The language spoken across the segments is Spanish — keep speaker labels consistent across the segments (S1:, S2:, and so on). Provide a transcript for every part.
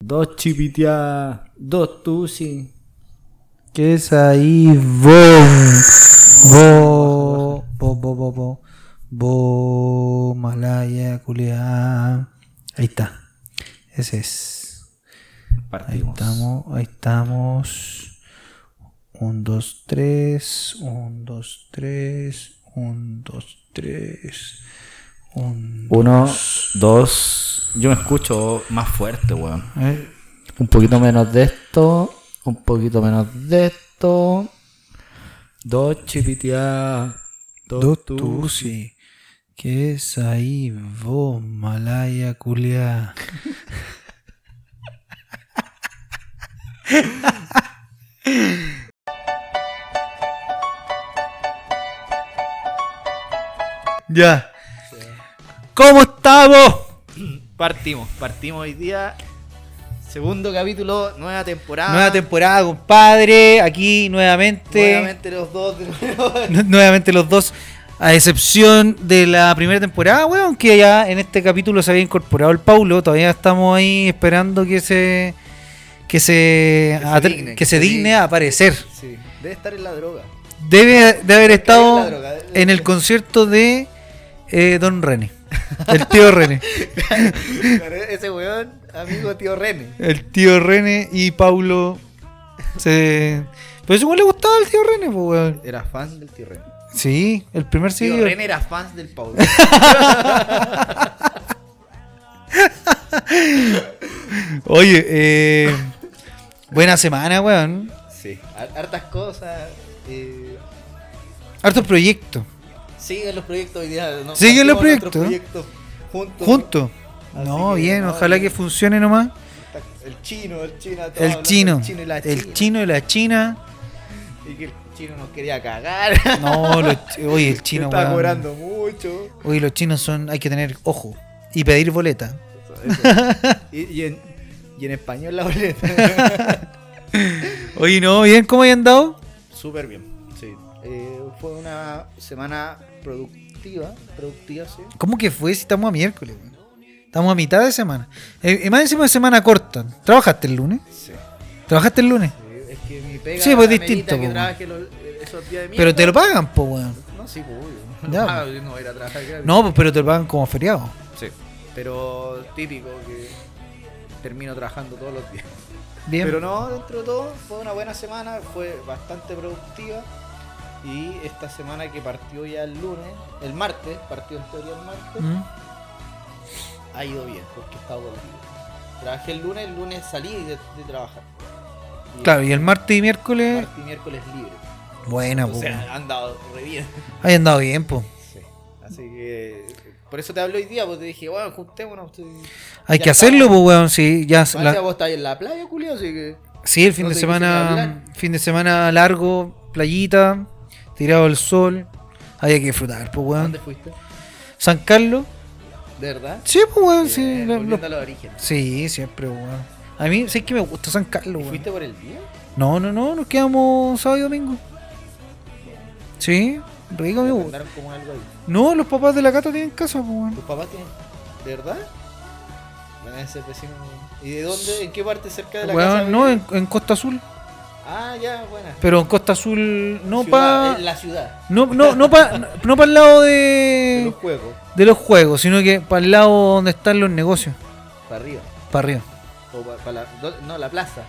S1: Dos chipitias. Dos tusi.
S2: ¿Qué es ahí? Bo. Bo. Bo, bo, bo, bo. Bo. Malaya, culea. Ahí está. Ese es. Ahí
S1: Partimos.
S2: estamos. Ahí estamos. 1, 2, 3. 1, 2, 3. 1, 2, 3. 1.
S1: Uno, dos. Yo me escucho más fuerte, weón.
S2: Eh,
S1: Un poquito menos de esto. Un poquito menos de esto. Dos chipitias.
S2: Dos
S1: Dos tusi.
S2: tusi. ¿Qué es ahí? Vos, malaya, culia. ya. ¿Cómo estamos?
S1: Partimos, partimos hoy día. Segundo capítulo, nueva temporada.
S2: Nueva temporada, compadre. Aquí nuevamente.
S1: Nuevamente los dos. de nuevo.
S2: Nuevamente los dos, a excepción de la primera temporada, weón, que ya en este capítulo se había incorporado el Paulo, todavía estamos ahí esperando que se que se
S1: se
S2: atre- que se,
S1: digne,
S2: digne,
S1: que se digne.
S2: a aparecer.
S1: Sí, debe estar en la droga.
S2: Debe de
S1: Cae
S2: haber
S1: la
S2: estado
S1: droga.
S2: en el concierto de eh, Don René, el tío René,
S1: Claro, Ese weón, amigo tío René.
S2: el tío René y Paulo se pero eso igual le gustaba al tío René, pues, weón.
S1: Era fan del tío René.
S2: Sí, el primer
S1: tío
S2: seguidor.
S1: René era fan del Paulo.
S2: Oye, eh, buena semana, weón.
S1: sí, har- hartas cosas. eh,
S2: Harto proyecto.
S1: siguen los proyectos hoy día. ¿no?
S2: Siguen los
S1: Partimos nuestros
S2: proyectos.
S1: proyectos juntos.
S2: Juntos.
S1: Así
S2: No,
S1: que,
S2: bien,
S1: no,
S2: ojalá
S1: bien.
S2: que funcione nomás.
S1: El chino, el chino. todos
S2: El
S1: hablando
S2: chino.
S1: del chino y la
S2: El
S1: china.
S2: chino y la china.
S1: Y que el chino nos quería cagar.
S2: No, los chi- oye, el chino,
S1: Está
S2: weón.
S1: cobrando mucho.
S2: Oye, los chinos son, hay que tener ojo. Y pedir boleta.
S1: Eso, eso. y, y en, y en español la boleta.
S2: Oye, no, bien, ¿cómo hayan dado?
S1: Súper bien, sí. Eh, fue una semana productiva, productiva, sí.
S2: ¿Cómo que fue si estamos a miércoles? weón? Estamos a mitad de semana. Eh, y más encima de semana corta. ¿Trabajaste el lunes?
S1: Sí.
S2: ¿Trabajaste el lunes?
S1: Eh, Es que mi pega
S2: Sí, pues,
S1: amerita
S2: distinto,
S1: que
S2: pues,
S1: trabaje los- eh, esos días de mierda.
S2: Pero te lo pagan, po, weón.
S1: No, sí, pues, obvio.
S2: Ya,
S1: Ah,
S2: pues.
S1: yo no voy a ir a trabajar gratis.
S2: No, pues, pero te lo pagan como feriado.
S1: Sí. Pero típico que termino trabajando todos los días.
S2: Bien.
S1: Pero no, dentro de todo, fue una buena semana, fue bastante productiva. Y esta semana que partió ya el lunes, el martes, partió en teoría el martes,
S2: Mm.
S1: ha ido bien, porque he estado contigo. Trabajé el lunes, el lunes salí de, de trabajar. Y
S2: Claro, y el martes y Ah,
S1: el
S2: miércoles.
S1: martes y miércoles libre.
S2: Buena,
S1: o
S2: po. weón.
S1: sea, han dado re bien.
S2: Hay andado bien, po.
S1: Sí. Así que. Por eso te hablé hoy día, porque te dije, bueno, juntémonos. Tú...
S2: Hay
S1: Ya
S2: que
S1: estamos.
S2: hacerlo, po, weón. Sí, ya
S1: Marcia,
S2: la-
S1: vos estás en la playa, culiao, así que.
S2: sí, el fin
S1: no
S2: de
S1: te
S2: semana,
S1: quisiera
S2: fin de semana largo, playita, tirado al sol. Había que disfrutar, po,
S1: ¿A
S2: weón.
S1: dónde fuiste?
S2: San Carlos.
S1: ¿De verdad?
S2: Sí, po, weón. Sí,
S1: Bien,
S2: lo-
S1: volviendo
S2: lo-
S1: a los orígenes.
S2: sí siempre, po, weón. A mí, sí que me gusta San Carlos, weón.
S1: ¿Fuiste por el día?
S2: No, no, no, nos quedamos sábado y domingo. Sí, rico,
S1: Te
S2: me gusta.
S1: mandaron como algo ahí.
S2: No, los papás de la cata tienen casa, po, weón.
S1: ¿Tus papás tienen? ¿De verdad? Van a ser vecinos. ¿Y de dónde? ¿En qué parte cerca de la
S2: Weón,
S1: casa?
S2: no,
S1: viven?
S2: en, en Costa Azul.
S1: Ah, ya, buena.
S2: Pero en Costa Azul, no
S1: Ciudad,
S2: pa.
S1: en La ciudad.
S2: No, no, no para no pa el lado
S1: De
S2: de,
S1: los juegos.
S2: de los juegos, sino que para el lado donde están los negocios.
S1: Para arriba.
S2: Para arriba.
S1: O para, la, do- no, la plaza.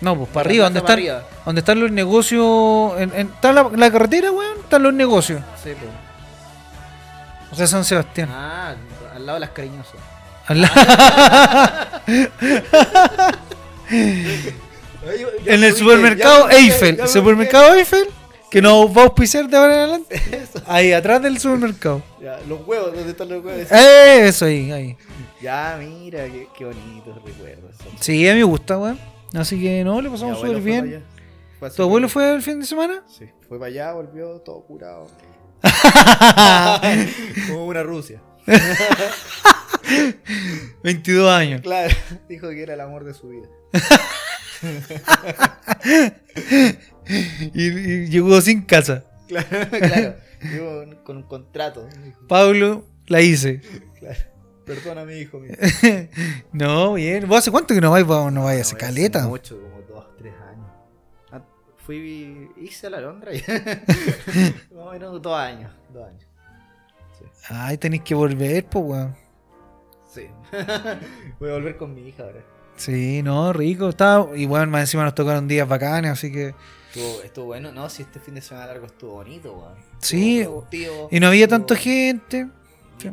S2: No, pues
S1: La
S2: para arriba, donde
S1: plaza
S2: están,
S1: pa'
S2: donde están los negocios. En, en- está la, la carretera, weón, están los negocios.
S1: Sí, pues.
S2: O sea, San Sebastián.
S1: Ah, al lado de las cariñosas.
S2: Al la- en el supermercado Eiffel. supermercado Eiffel, que nos va a auspiciar de ahora en adelante. Ahí atrás del supermercado.
S1: Ya, los huevos, ¿dónde están los huevos?
S2: Eh, eso ahí, ahí.
S1: Ya, mira, qué, qué bonitos recuerdos. son.
S2: Sí, a mí me gusta, weón. Así que no, le
S1: Mi
S2: pasamos
S1: abuelo fue
S2: súper bien.
S1: para allá. Fue hace
S2: ¿Tu abuelo
S1: poco.
S2: fue el fin de semana?
S1: Sí, fue para allá, volvió todo curado. Como una Rusia.
S2: 22 años.
S1: Claro, dijo que era el amor de su vida.
S2: Y, y llegó sin casa.
S1: Claro, claro. Yo con un contrato. dijo,
S2: Pablo, la hice.
S1: Claro. Perdona mi hijo. mío.
S2: no, bien. ¿Vos hace cuánto que no vais, vos no vais a hacer
S1: Hace
S2: caleta?
S1: Mucho, como dos, tres años. Ah, Fui, hice la Londra y... Más o menos dos años, dos años.
S2: Ay, tenéis que volver, pues, weón.
S1: Sí. Voy a volver con mi hija ahora.
S2: Sí, no, rico. Está... Y bueno, más encima nos tocaron días bacanes, así que.
S1: Estuvo, estuvo bueno, no, si este fin de semana largo estuvo bonito, weón. Estuvo
S2: Sí,
S1: productivo,
S2: Y no había
S1: estuvo-
S2: tanta gente.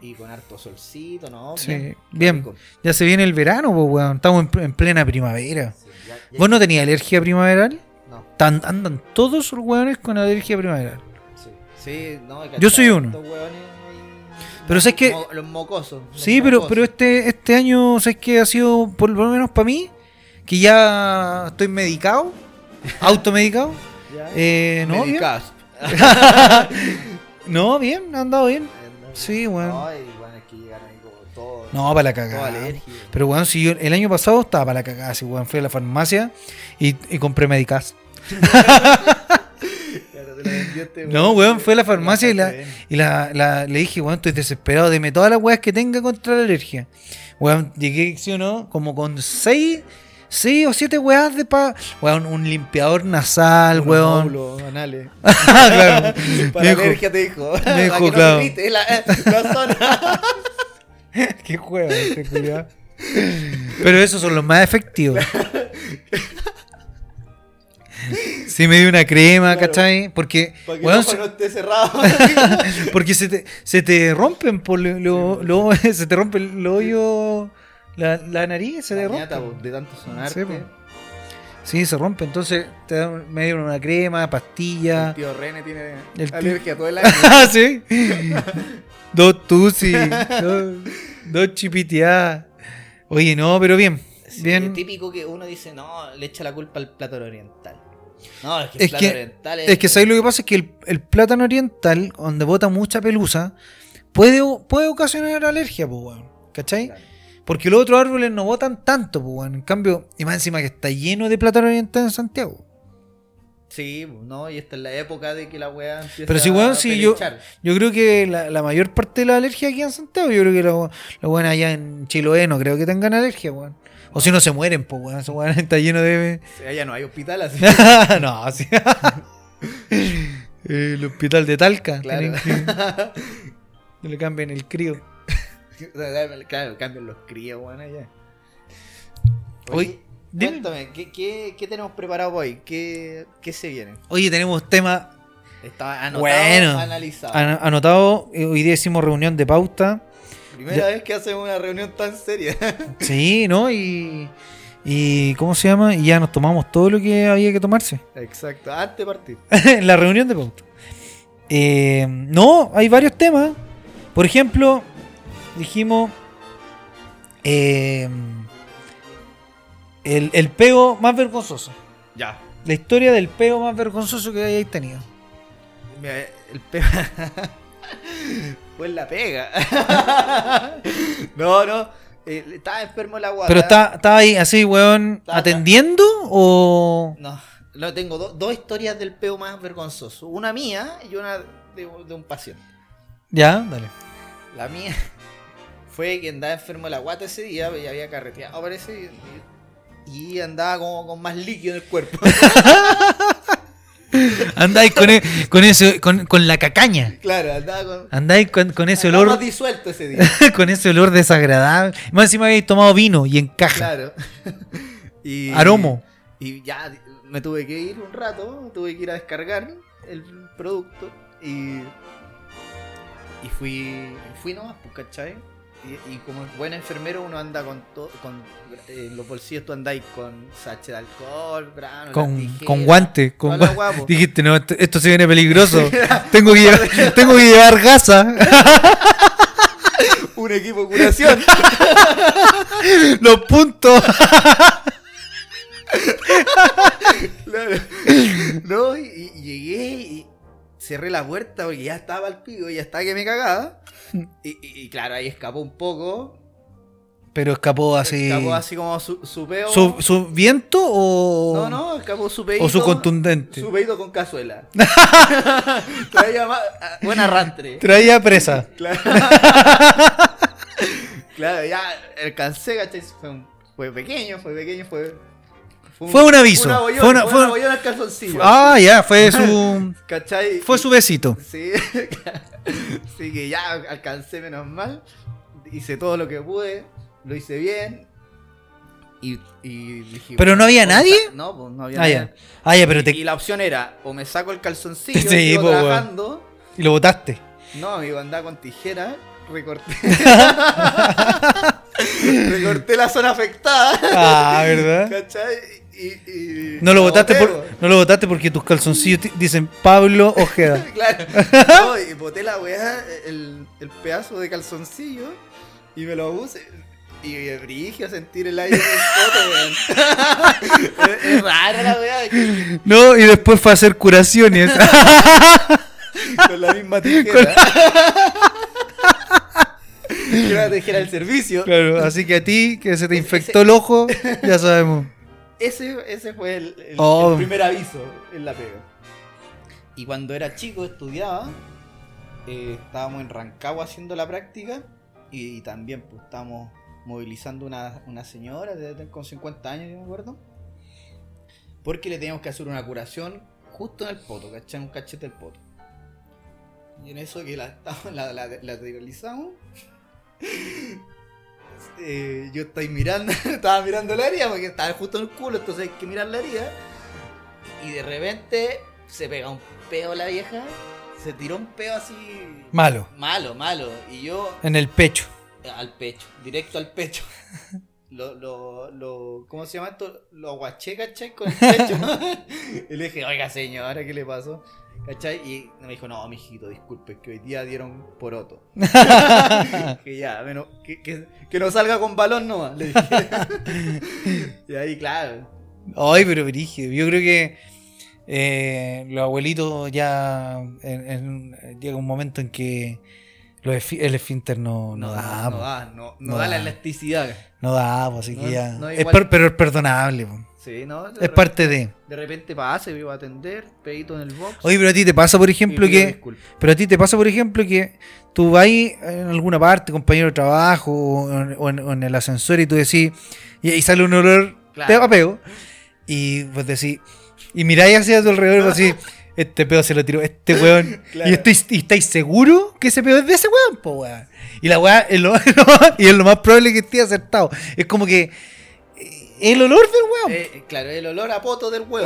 S1: Y, y con harto solcito, ¿no?
S2: Sí, bien.
S1: bien. rico.
S2: Ya se viene el verano, pues, weón. Estamos en, pl- en plena primavera.
S1: Sí, ya- ya-
S2: ¿Vos no tenías alergia primaveral?
S1: No,
S2: Tan- andan todos los weones con alergia primaveral.
S1: sí. Sí, no,
S2: Yo soy uno.
S1: estos hueones ahí-
S2: Pero sabes que-
S1: Mo- Los mocosos. los
S2: Sí, pero,
S1: mocosos.
S2: pero este, este año, ¿sabes qué? Ha sido, por lo menos para mí, que ya estoy medicado, automedicado.
S1: Ya.
S2: Eh, no, bien.
S1: Medicasp.
S2: No, bien, ha andado bien. Sí, weón.
S1: No, y bueno, es que llegan ahí como todos.
S2: No, para la
S1: todos
S2: cagada.
S1: alérgicos.
S2: Pero, weón, si yo el año pasado estaba para la cagada, sí, weón. Fui a la farmacia y, y compré medicas.
S1: Claro, te la vendió este
S2: No, weón, fue a la farmacia y la-
S1: Te ven.
S2: Y la, la- le dije, weón, estoy desesperado, deme todas las weas que tenga contra la alergia. Weón, llegué, sí o no, como con seis, seis o siete weas de pa... Weón, un limpiador nasal,
S1: Unos
S2: weón.
S1: nódulos anales.
S2: Ah, Claro.
S1: Para
S2: Me dijo,
S1: alergia te dijo. Para
S2: dijo,
S1: que no
S2: claro.
S1: te irrite la, eh, la zona.
S2: Qué juego este culiao. Pero esos son los más efectivos. Sí, me dio una crema,
S1: Claro.
S2: ¿cachai? Porque,
S1: Para que
S2: weón,
S1: el ojo
S2: se-
S1: no esté cerrado.
S2: porque se te, se te rompen por lo- lo- lo- se te rompe el hoyo, la, la nariz se te
S1: La
S2: rompe.
S1: ñata, po, de tanto sonarte.
S2: Sí, pues, po. Sí, se rompe. Entonces te dan- me dieron una crema,
S1: El
S2: pastilla.
S1: tío René tiene
S2: El tío-
S1: alergia todo el año.
S2: Ah, sí. dos tusi, dos, dos chipiteadas. Oye, no, pero bien.
S1: Sí,
S2: bien.
S1: típico que uno dice, no, le echa la culpa al plato oriental. No, es que el
S2: Es
S1: plato
S2: que-
S1: oriental es.
S2: Es que ¿sabes lo que pasa? Es que el, el plátano oriental, donde bota mucha pelusa, puede, puede ocasionar alergia, pues, weón. ¿Cachai?
S1: Claro.
S2: Porque los otros árboles no botan tanto, pues, weón. En cambio, y más encima que está lleno de plátano oriental en Santiago.
S1: Sí, pues, no, y esta es la época de que la weá empieza
S2: Pero si, weón, si yo-
S1: pelinchar.
S2: Yo creo que la, la mayor parte de la alergia aquí en Santiago, yo creo que los lo buenos allá en Chiloé no creo que tengan alergia, weón. O si no se mueren, pues, weón. Esos weones está lleno de.
S1: Sí, allá no hay hospital así.
S2: no, sí. el hospital de Talca.
S1: claro.
S2: tienen que le cambian el crío.
S1: claro, cambian los críos, weón, allá.
S2: Oye, dime.
S1: cuéntame, ¿qué, qué, qué tenemos preparado hoy? ¿Qué, qué se viene?
S2: Oye, tenemos tema
S1: Está anotado,
S2: Bueno.
S1: analizado.
S2: an- anotado. Eh, Hoy día hicimos reunión de pauta.
S1: Primera vez que hacemos una reunión tan seria.
S2: Sí, ¿no? Y. y ¿Cómo se llama? Y ya nos tomamos todo lo que había que tomarse.
S1: Exacto, antes de partir.
S2: en la reunión de pauta. Eh, no, hay varios temas. Por ejemplo, dijimos eh, el, el peo más vergonzoso.
S1: Ya.
S2: La historia del peo más vergonzoso que hayáis tenido.
S1: Mira, el pega. pues la pega. no, no. eh, estaba enfermo la guata.
S2: Pero está, está ahí así, weón,
S1: Está-
S2: atendiendo o...
S1: No, no tengo do- dos historias del peo más vergonzoso. Una mía y una de, de un paciente.
S2: Ya, dale.
S1: La mía fue que andaba enfermo la guata ese día y había carreteado, parece. y- Y, y andaba como con más líquido en el cuerpo.
S2: Andáis con, e- con, ese- con, con la cacaña.
S1: claro, andaba con.
S2: Andáis con, con ese
S1: andaba
S2: olor
S1: más disuelto ese día.
S2: con ese olor desagradable. Más encima habéis tomado vino y en caja.
S1: Claro. y,
S2: Aromo.
S1: Y ya me tuve que ir un rato, tuve que ir a descargar el producto y. Y fui. Fui nomás, pues, ¿cachai? Y, y como buen enfermero uno anda con todo. Con, eh, en los bolsillos tú andáis con sachet de alcohol, brano, las
S2: con,
S1: tijeras,
S2: con guante. Con
S1: toda la
S2: gua-
S1: weá, po.
S2: Dijiste, no, esto, esto se viene peligroso. tengo, que llevar, tengo que llevar gasa.
S1: Un equipo de curación.
S2: Los puntos.
S1: Claro. No, y, y llegué y cerré la puerta porque ya estaba al pico, ya estaba que me cagaba. Y, y- y claro, ahí escapó un poco.
S2: Pero escapó así.
S1: Escapó así como su, su peo.
S2: ¿Su, su viento o,
S1: No, no, escapó su peito.
S2: o su contundente?
S1: Su peito con cazuela. Traía ma- ah, buen arrastre.
S2: Traía presa.
S1: Claro. Claro, ya alcancé, ¿cachai? Fue, un- fue pequeño, fue pequeño, fue.
S2: Fue un aviso,
S1: Una bollona, fue
S2: fue una-
S1: una,
S2: fue-
S1: bollona al calzoncillo.
S2: Ah, ya, fue su.
S1: ¿Cachai?
S2: Fue su besito.
S1: Sí, así que ya alcancé menos mal. Hice todo lo que pude, lo hice bien. Y, y dije,
S2: ¿Pero no había
S1: puta,
S2: nadie?
S1: No, pues no había
S2: Ah, ya.
S1: nadie.
S2: Ah, ya, pero te.
S1: Y la opción era, o me saco el calzoncillo
S2: Sí,
S1: sigo
S2: po, weón.
S1: trabajando.
S2: y lo botaste.
S1: No, amigo, andaba con tijera, recorté. recorté la zona afectada.
S2: Ah, ¿verdad?
S1: ¿Cachai? Y, y-
S2: No
S1: la
S2: lo votaste
S1: boté, pues.
S2: por,
S1: po.
S2: no lo votaste porque tus calzoncillos ti- dicen Pablo Ojeda.
S1: Claro. No, y boté la weá, el, el pedazo de calzoncillo y me lo puse. Y me brigio a sentir el aire del poto, weón. es, es rara la weá, que-
S2: No, y después fue a hacer curaciones.
S1: con la misma tijera. Que era la tijera del servicio.
S2: Claro, así que a ti, que se te infectó el ojo, ya sabemos.
S1: Ese, ese fue el, el-
S2: Oh.
S1: el primer aviso en la pega. Y cuando era chico estudiaba, eh, estábamos en Rancagua haciendo la práctica y, también pues, estábamos movilizando una, una señora de- con 50 años, yo me acuerdo, porque le teníamos que hacer una curación justo en el poto, ¿cachai? En Un cachete del poto. Y en eso que la, estamos- la, la, la realizamos, eh, yo estoy mirando, estaba mirando la herida porque estaba justo en el culo, entonces hay que mirar la herida. Y de repente se pega un peo la vieja, se tiró un peo así.
S2: Malo,
S1: Malo, malo. Y yo
S2: en el pecho.
S1: al pecho, directo al pecho. Lo, lo, lo, ¿Cómo se llama esto? Lo aguaché, ¿cachai? Con el pecho. y le dije, oiga señora, ¿qué le pasó? ¿Cachai? Y me dijo, no, mijito, disculpe, que hoy día dieron poroto. que ya, menos, que, que, que no salga con balón nomás, le dije. y ahí, claro.
S2: Ay, pero brígido. Yo creo que eh, los abuelitos ya en- en- llega un momento en que los esfi- el esfínter no, no, da,
S1: no
S2: po.
S1: da, no, no
S2: No
S1: da la
S2: da.
S1: elasticidad.
S2: No da, po, así
S1: No
S2: que
S1: es-
S2: ya.
S1: no es
S2: es
S1: igual.
S2: per- pero es perdonable. po.
S1: Sí, ¿no? De,
S2: Es
S1: re-
S2: parte de.
S1: de repente pasa, yo iba a atender, pedito en el box.
S2: Oye, pero a ti te pasa, por
S1: y
S2: ejemplo,
S1: pido
S2: que.
S1: disculpas.
S2: Pero a ti te pasa, por ejemplo, que tú vas ahí en alguna parte, compañero de trabajo, o en, o en- o en el ascensor, y tú decís, y, y sale un olor
S1: Claro.
S2: te apego, y vos decís, y miráis hacia tu alrededor y vos decís, este pedo se lo tiró, este weón.
S1: Claro.
S2: Y, estoy, y estáis seguro que ese pedo es de ese weón, po weón. Y la weá es lo, y es lo más probable que esté acertado. Es como que eh, el olor del weón.
S1: Eh, claro, el olor a poto del huevo.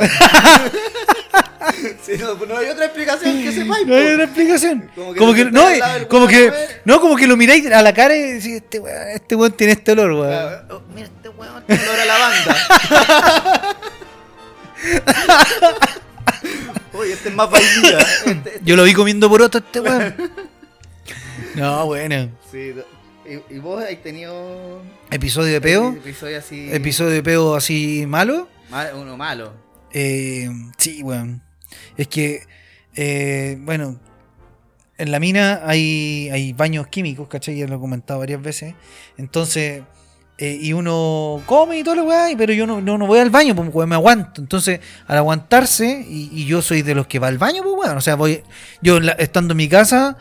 S1: Sí, no, no hay otra explicación que sepáis.
S2: No hay otra
S1: po.
S2: explicación.
S1: Como
S2: Como
S1: que
S2: que,
S1: te
S2: no,
S1: sentáis al lado del
S2: eh, como
S1: weón
S2: que,
S1: a comer.
S2: no, como que lo miráis a la cara y decís, este weón, este weón tiene este olor, weón.
S1: Claro, oh, Mira, este huevo tiene olor a lavanda. Oye, este es más vainilla. Este- este-
S2: Yo lo vi comiendo poroto este weón. no, bueno.
S1: Sí, do- ¿Y, y vos has tenido
S2: Episodio de peo.
S1: episodio así?
S2: Episodio de peo así malo.
S1: mal- uno malo.
S2: Eh, sí, weón. Es que, eh, bueno, en la mina hay, hay baños químicos, ¿cachai? Ya lo he comentado varias veces. Entonces, eh, y uno come y todo lo weón, pero yo no, no, no voy al baño, pues weón, me aguanto. Entonces, al aguantarse, y, y yo soy de los que va al baño, pues weón. O sea, voy, yo en la- estando en mi casa,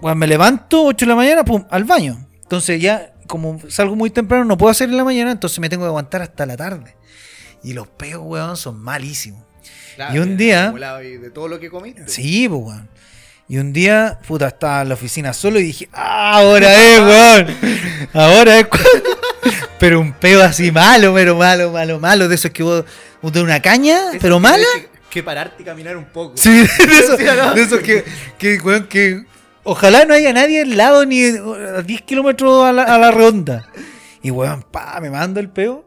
S2: weón, me levanto 8 de la mañana, pum, al baño. Entonces ya, como salgo muy temprano, no puedo hacer en la mañana, entonces me tengo que aguantar hasta la tarde. Y los peos, weón, son malísimos. Y un
S1: eh,
S2: día-
S1: acumulado y de todo lo que comiste.
S2: Sí, pues, weón. Y un día, puta, estaba en la oficina solo y dije, "Ah, ahora es, weón. Ahora es. cuando". Pero un peo así malo, pero malo, malo, malo. De esos que vos, vos de una caña,
S1: Eso
S2: pero
S1: que
S2: mala.
S1: tenés Que, que pararte y caminar un poco.
S2: Sí, de esos, de esos que, que, weón, que ojalá no haya nadie al lado ni a 10 kilómetros a la, a la redonda. Y weón, pa, me mando el peo.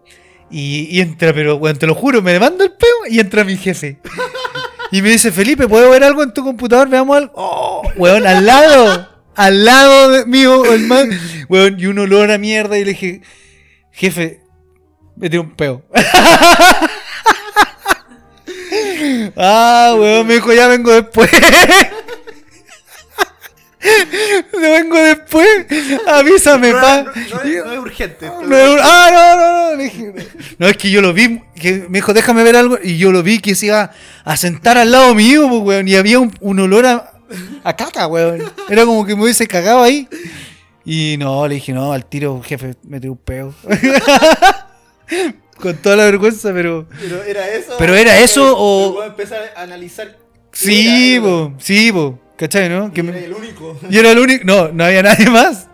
S2: Y, y entra, pero weón, te lo juro, me mando el peo y entra mi jefe. Y me dice, Felipe, ¿puedo ver algo en tu computador? Veamos algo. Oh, weón, al lado. Al lado de- mío, el man. Weón, y un olor a mierda. Y le dije, jefe, me tiró un peo. ah, weón, me dijo, ya vengo después. No vengo después. Avísame,
S1: No,
S2: pa.
S1: no, no es, no es urgente.
S2: No, no, no, ah, no, no, no. le dije, no, es que yo lo vi, que me dijo, déjame ver algo, y yo lo vi que se iba a sentar al lado mío, pues, weón, y había un, un olor a, a caca, weón. Era como que me hubiese cagado ahí. Y no, le dije, no, al tiro, jefe, me tiró un peo. Con toda la vergüenza, pero.
S1: Pero era eso.
S2: Pero era eso o-
S1: Voy a empezar a analizar.
S2: Sí,
S1: Era,
S2: bo, sí, bo. ¿Cachai, no? Que
S1: era,
S2: me-
S1: era el único.
S2: Y era el único. No, no había nadie más.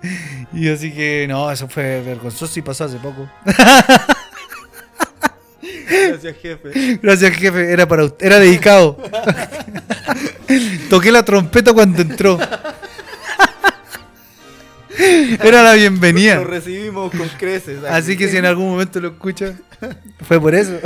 S2: Y así que, no, eso fue vergonzoso y pasó hace poco.
S1: Gracias, jefe.
S2: Gracias, jefe. Era para usted. Era dedicado. Toqué la trompeta cuando entró. Era la bienvenida.
S1: Lo recibimos con creces.
S2: Así que si en algún momento lo escucha, fue por eso.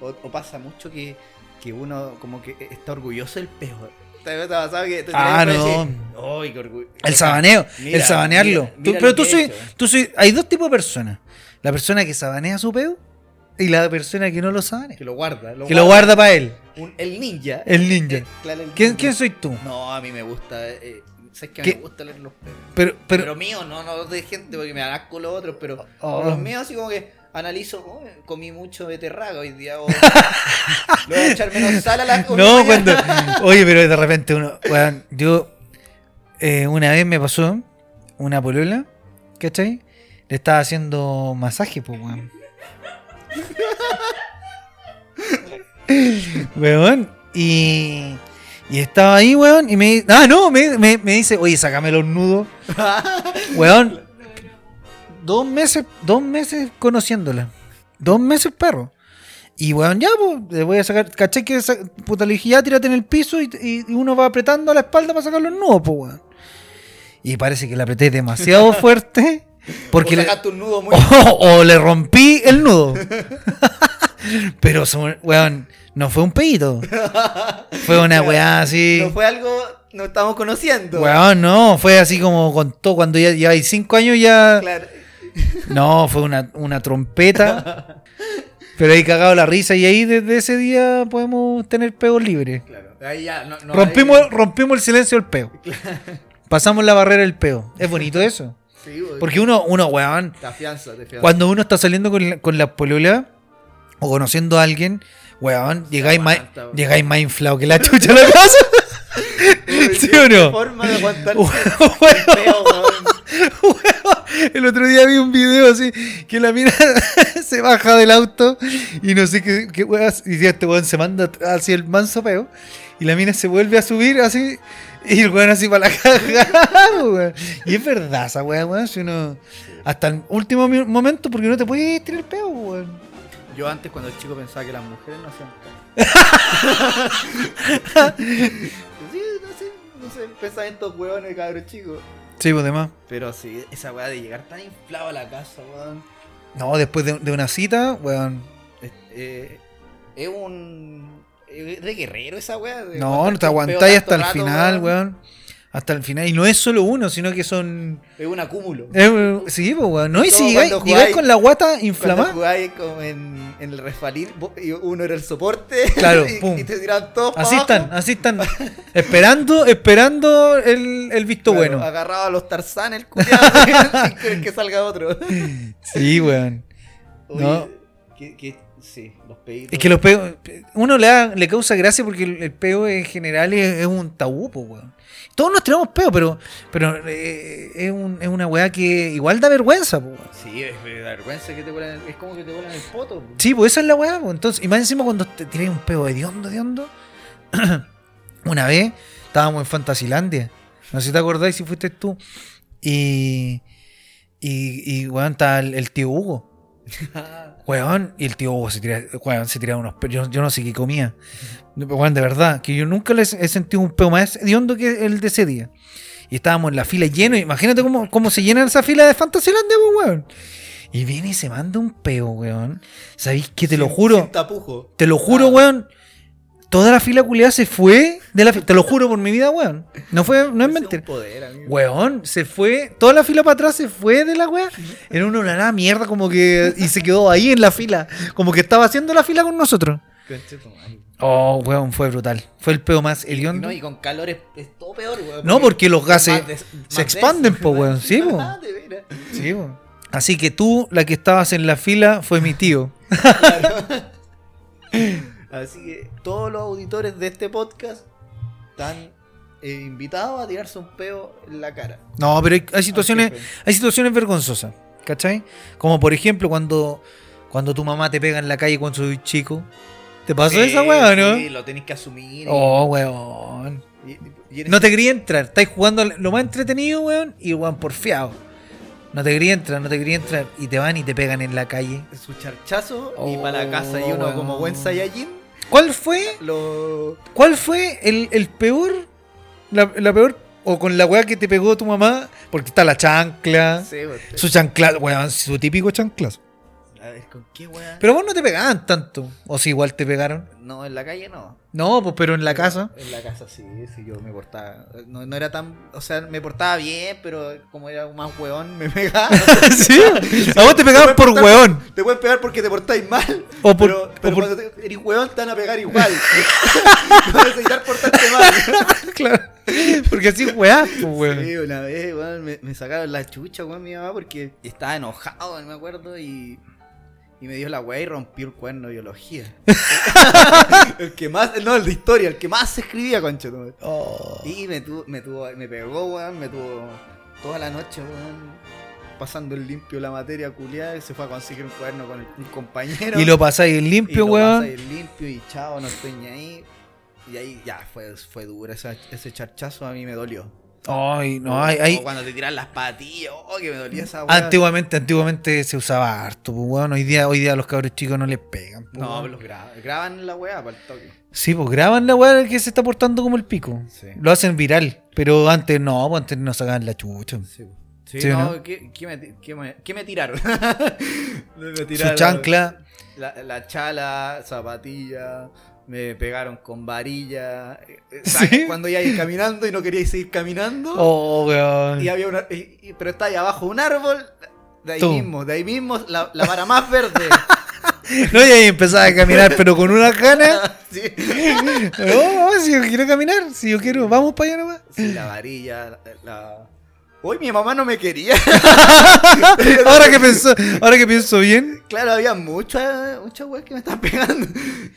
S1: O, o pasa mucho que, que uno como que está orgulloso del peor. ¿Te te ha pasado que te
S2: Ah,
S1: tenés que
S2: no.
S1: decir, "Ay, qué orgullo".
S2: El sabaneo,
S1: Mira,
S2: el sabanearlo.
S1: mira,
S2: Tú-
S1: mira
S2: pero
S1: lo
S2: tú
S1: que he
S2: soy,
S1: hecho.
S2: tú soy, hay dos tipos de personas. La persona que sabanea su peo y la persona que no lo sabanea.
S1: Que lo guarda.
S2: que lo guarda para él,
S1: Un- el ninja.
S2: el ninja.
S1: Claro, el
S2: ¿Quién,
S1: ninja.
S2: quién soy tú?
S1: No, a mí me gusta. eh, ¿Sabes que
S2: ¿Qué?
S1: me gusta leer los peos?
S2: Pero,
S1: Pero,
S2: pero,
S1: mío, no, no de gente, porque me dan asco los otros, pero
S2: Oh.
S1: los míos así como que analizo, "Oh, comí mucho de terraga hoy día, o- le voy a echar menos sal a la comida
S2: no,
S1: mañana".
S2: cuando. Oye, pero de repente uno. weón, yo. eh, una vez me pasó una polola, ¿cachai? Le estaba haciendo masaje, pues, weón. Weón. Y. Y estaba ahí, weón, y me Ah, no, me, me- me dice, oye, sácame los nudos. weón. Dos meses, dos meses conociéndola. Dos meses, perro. Y weón, ya, pues, le voy a sacar. ¿Cachai que esa, puta le dije, ya tírate en el piso y, y- y uno va apretando la espalda para sacar los nudos, pues, weón. Y parece que la apreté demasiado fuerte. Porque
S1: o
S2: le- Oh,
S1: sacaste un nudo muy...
S2: o, o le rompí el nudo. Pero, su- weón, no fue un pedito. Fue una weá así.
S1: No fue algo, no estamos conociendo.
S2: Weón, no, fue así como contó cuando ya, ya hay cinco años ya.
S1: Claro.
S2: No, fue una, una trompeta. Pero ahí cagado la risa y ahí desde ese día podemos tener peos libres.
S1: Claro. Ahí ya, no, no,
S2: rompimos,
S1: ahí-
S2: rompimos el silencio del peo. Pasamos la barrera del peo. Es bonito eso.
S1: Sí, güey.
S2: Porque uno, uno, weón,
S1: Te afianza, te afianza.
S2: Cuando uno está saliendo con la, con la polola o conociendo a alguien, weón, llegáis más,
S1: aguanta, weón.
S2: llegáis más inflado que la chucha a la casa.
S1: Uy,
S2: ¿Sí
S1: qué
S2: o no?
S1: forma de aguantar
S2: Weón,
S1: el peo, weón.
S2: el otro día vi un video así que la mina se baja del auto y no sé qué, qué weas, y ya este weón se manda hacia el manso peo y la mina se vuelve a subir así y el weón así para la caja, weón. Y es verdad esa wea, weón, si uno hasta el último mi- momento porque no te puedes tirar el peo, weón.
S1: Yo antes cuando el chico pensaba que las mujeres no hacían caca. sí, no sé, no sé, pensaba en estos huevones, cabrón chico.
S2: Sí, pues demás.
S1: Pero sí, esa weá de llegar tan inflado a la casa, weón.
S2: No, después de, de una cita, weón.
S1: Es, eh, es un. Es de guerrero esa weá. de
S2: No, no te
S1: aguantarte un
S2: aguantáis
S1: peo
S2: hasta el
S1: tanto rato,
S2: final, weón. Hasta el final. Y no es solo uno, sino que son.
S1: Es un acúmulo.
S2: eh, weón, sí, pues, weón. No, y
S1: Es
S2: si
S1: como
S2: llegáis,
S1: cuando
S2: llegáis
S1: jugáis-
S2: con la guata inflamada.
S1: Cuando jugáis como en, en el resbalín, vos- y uno era el soporte.
S2: Claro,
S1: y,
S2: pum.
S1: y te tiraban todos pa'
S2: Así
S1: abajo.
S2: están, así están. esperando, esperando el, el visto
S1: Claro, ah,
S2: bueno.
S1: Agarraba a los tarzanes, el culiado, sin querer que salga otro.
S2: Sí, weón.
S1: Oye,
S2: No.
S1: que, que- sí, los pedidos.
S2: Es que los peos. Uno le, da- le causa gracia porque el, el peo en general es, es un tabú, pues, weón. Todos nos tenemos peo, pero, pero eh, es, un- es una weá que igual da vergüenza, pues, weón.
S1: Sí, es es la vergüenza que te vuelan, es como que te vuelan el poto. po.
S2: Sí, pues esa es la weá. pues. Entonces, y más encima cuando te tiráis un pedo de hondo, de hondo. una vez estábamos en Fantasilandia. No sé si te acordáis si fuiste tú. Y. Y, y weón, está el, el tío Hugo.
S1: Ah.
S2: Weón, y el tío Hugo se tira, weón, se tiraba unos peos. Yo, yo no sé qué comía. Weón, de verdad, que yo nunca les he sentido un peo más hediondo que el de ese día. Y estábamos en la fila lleno. Imagínate cómo, cómo se llena esa fila de Fantasylandia, pues, weón. Y viene y se manda un peo, weón. ¿Sabéis que te lo
S1: Sin-
S2: juro?
S1: Sin tapujo.
S2: Te lo juro,
S1: Ah.
S2: weón. Toda la fila culiada se fue de la fi- Te lo juro por mi vida, weón. No fue, no es
S1: Ese
S2: mentira.
S1: un poder, amigo.
S2: Weón, se fue. Toda la fila para atrás se fue de la weá. Era una nada mierda, como que. Y se quedó ahí en la fila. Como que estaba haciendo la fila con nosotros.
S1: Conche tu madre.
S2: Oh, weón, fue brutal. Fue el peo más
S1: Y no,
S2: hediondo.
S1: y con calor es, es todo peor, weón.
S2: No, porque los gases.
S1: más des- más
S2: se expanden,
S1: denso.
S2: po, weón. Sí, po.
S1: Ah, de veras.
S2: Sí, weón. Así que tú, la que estabas en la fila, fue mi tío.
S1: Así que todos los auditores de este podcast están eh, invitado a tirarse un peo en la cara.
S2: No, pero hay, hay situaciones,
S1: Al jefe.
S2: hay situaciones vergonzosas, ¿cachai? Como por ejemplo cuando, cuando tu mamá te pega en la calle cuando soy chico. ¿Te pasó esa
S1: Sí,
S2: weá, no?
S1: eh, Sí, lo tenéis que asumir. y-
S2: Oh, weón.
S1: y- y en
S2: No
S1: ese-
S2: te quería entrar. Estáis jugando al- lo más entretenido, weón, y weón porfiado. No te quería entrar, no te quería entrar. Y te van y te pegan en la calle.
S1: Su charchazo y
S2: Oh,
S1: para la casa. Y uno,
S2: weón.
S1: como buen Saiyajin,
S2: ¿Cuál fue?
S1: lo.
S2: ¿Cuál fue el, el peor? La, la peor. O con la weá que te pegó tu mamá. Porque está la chancla.
S1: Sí, weón.
S2: Ah. Su chancla, weón, su típico chanclazo.
S1: A ver, ¿con qué weá?
S2: Pero vos no te pegaban tanto. O si igual te pegaron.
S1: No, en la calle no.
S2: No, pues pero en la casa.
S1: En la casa sí, sí, yo me portaba. No, no era tan. O sea, me portaba bien, pero como era más weón, me pegaba.
S2: sí. A vos te pegaban por weón.
S1: Te pueden pegar porque te portáis mal.
S2: O por-
S1: pero
S2: o
S1: pero
S2: por-
S1: cuando te- eres weón, te van a pegar igual. Vas a necesitar portarte mal.
S2: claro. Porque así weá, pues, weón.
S1: Sí, una vez, weón, me, me sacaron la chucha, weón, mi mamá, porque estaba enojado, me acuerdo, y. Y me dio la weá y rompió el cuerno de biología. el que más. No, el de historia, el que más se escribía, concha. tu madre.
S2: Oh.
S1: Y me tuvo, me tuvo, me pegó, weón, me tuvo toda la noche, weón, pasando el limpio la materia culiada, y se fue a conseguir un cuaderno con el- un compañero.
S2: Y lo pasáis
S1: y
S2: limpio,
S1: lo
S2: weón.
S1: pasa ahí limpio y chao, no estoy ni ahí. Y ahí ya fue, fue duro esa- ese charchazo, a mí me dolió.
S2: Ay, no, hay, hay-
S1: O cuando te tiran las patillas, oh, que me dolía esa weá.
S2: antiguamente, antiguamente se usaba harto, pues weón. Hoy día, hoy día los cabros chicos no les pegan. pues,
S1: No,
S2: weón.
S1: los graban, graban la weá para el toque.
S2: Sí, pues graban la weá que se está portando como el pico.
S1: Sí.
S2: Lo hacen viral. Pero antes no, pues antes nos sacaban la chucha.
S1: Sí, sí,
S2: Sí,
S1: no,
S2: ¿no?
S1: ¿qué, qué me, ti- qué me- qué me tiraron? me
S2: Su
S1: tiraron-
S2: chancla.
S1: La, la chala, zapatilla, me pegaron con varilla. eh, eh,
S2: ¿Sí?
S1: ¿sabes? Cuando ya ibas caminando y no queríais seguir caminando.
S2: Oh, weón.
S1: Y había una, y- y- pero está ahí abajo un árbol. De ahí
S2: Tú.
S1: mismo, de ahí mismo, la, la vara más verde.
S2: No, y ahí empezaba a caminar, pero con una gana.
S1: sí.
S2: No, si yo quiero caminar, si yo quiero, vamos para allá nomás.
S1: Sí, la varilla, la- la... Uy, mi mamá no me quería.
S2: Ahora que pienso, ahora que pienso bien,
S1: Claro, había muchas muchas weas que me estaban pegando.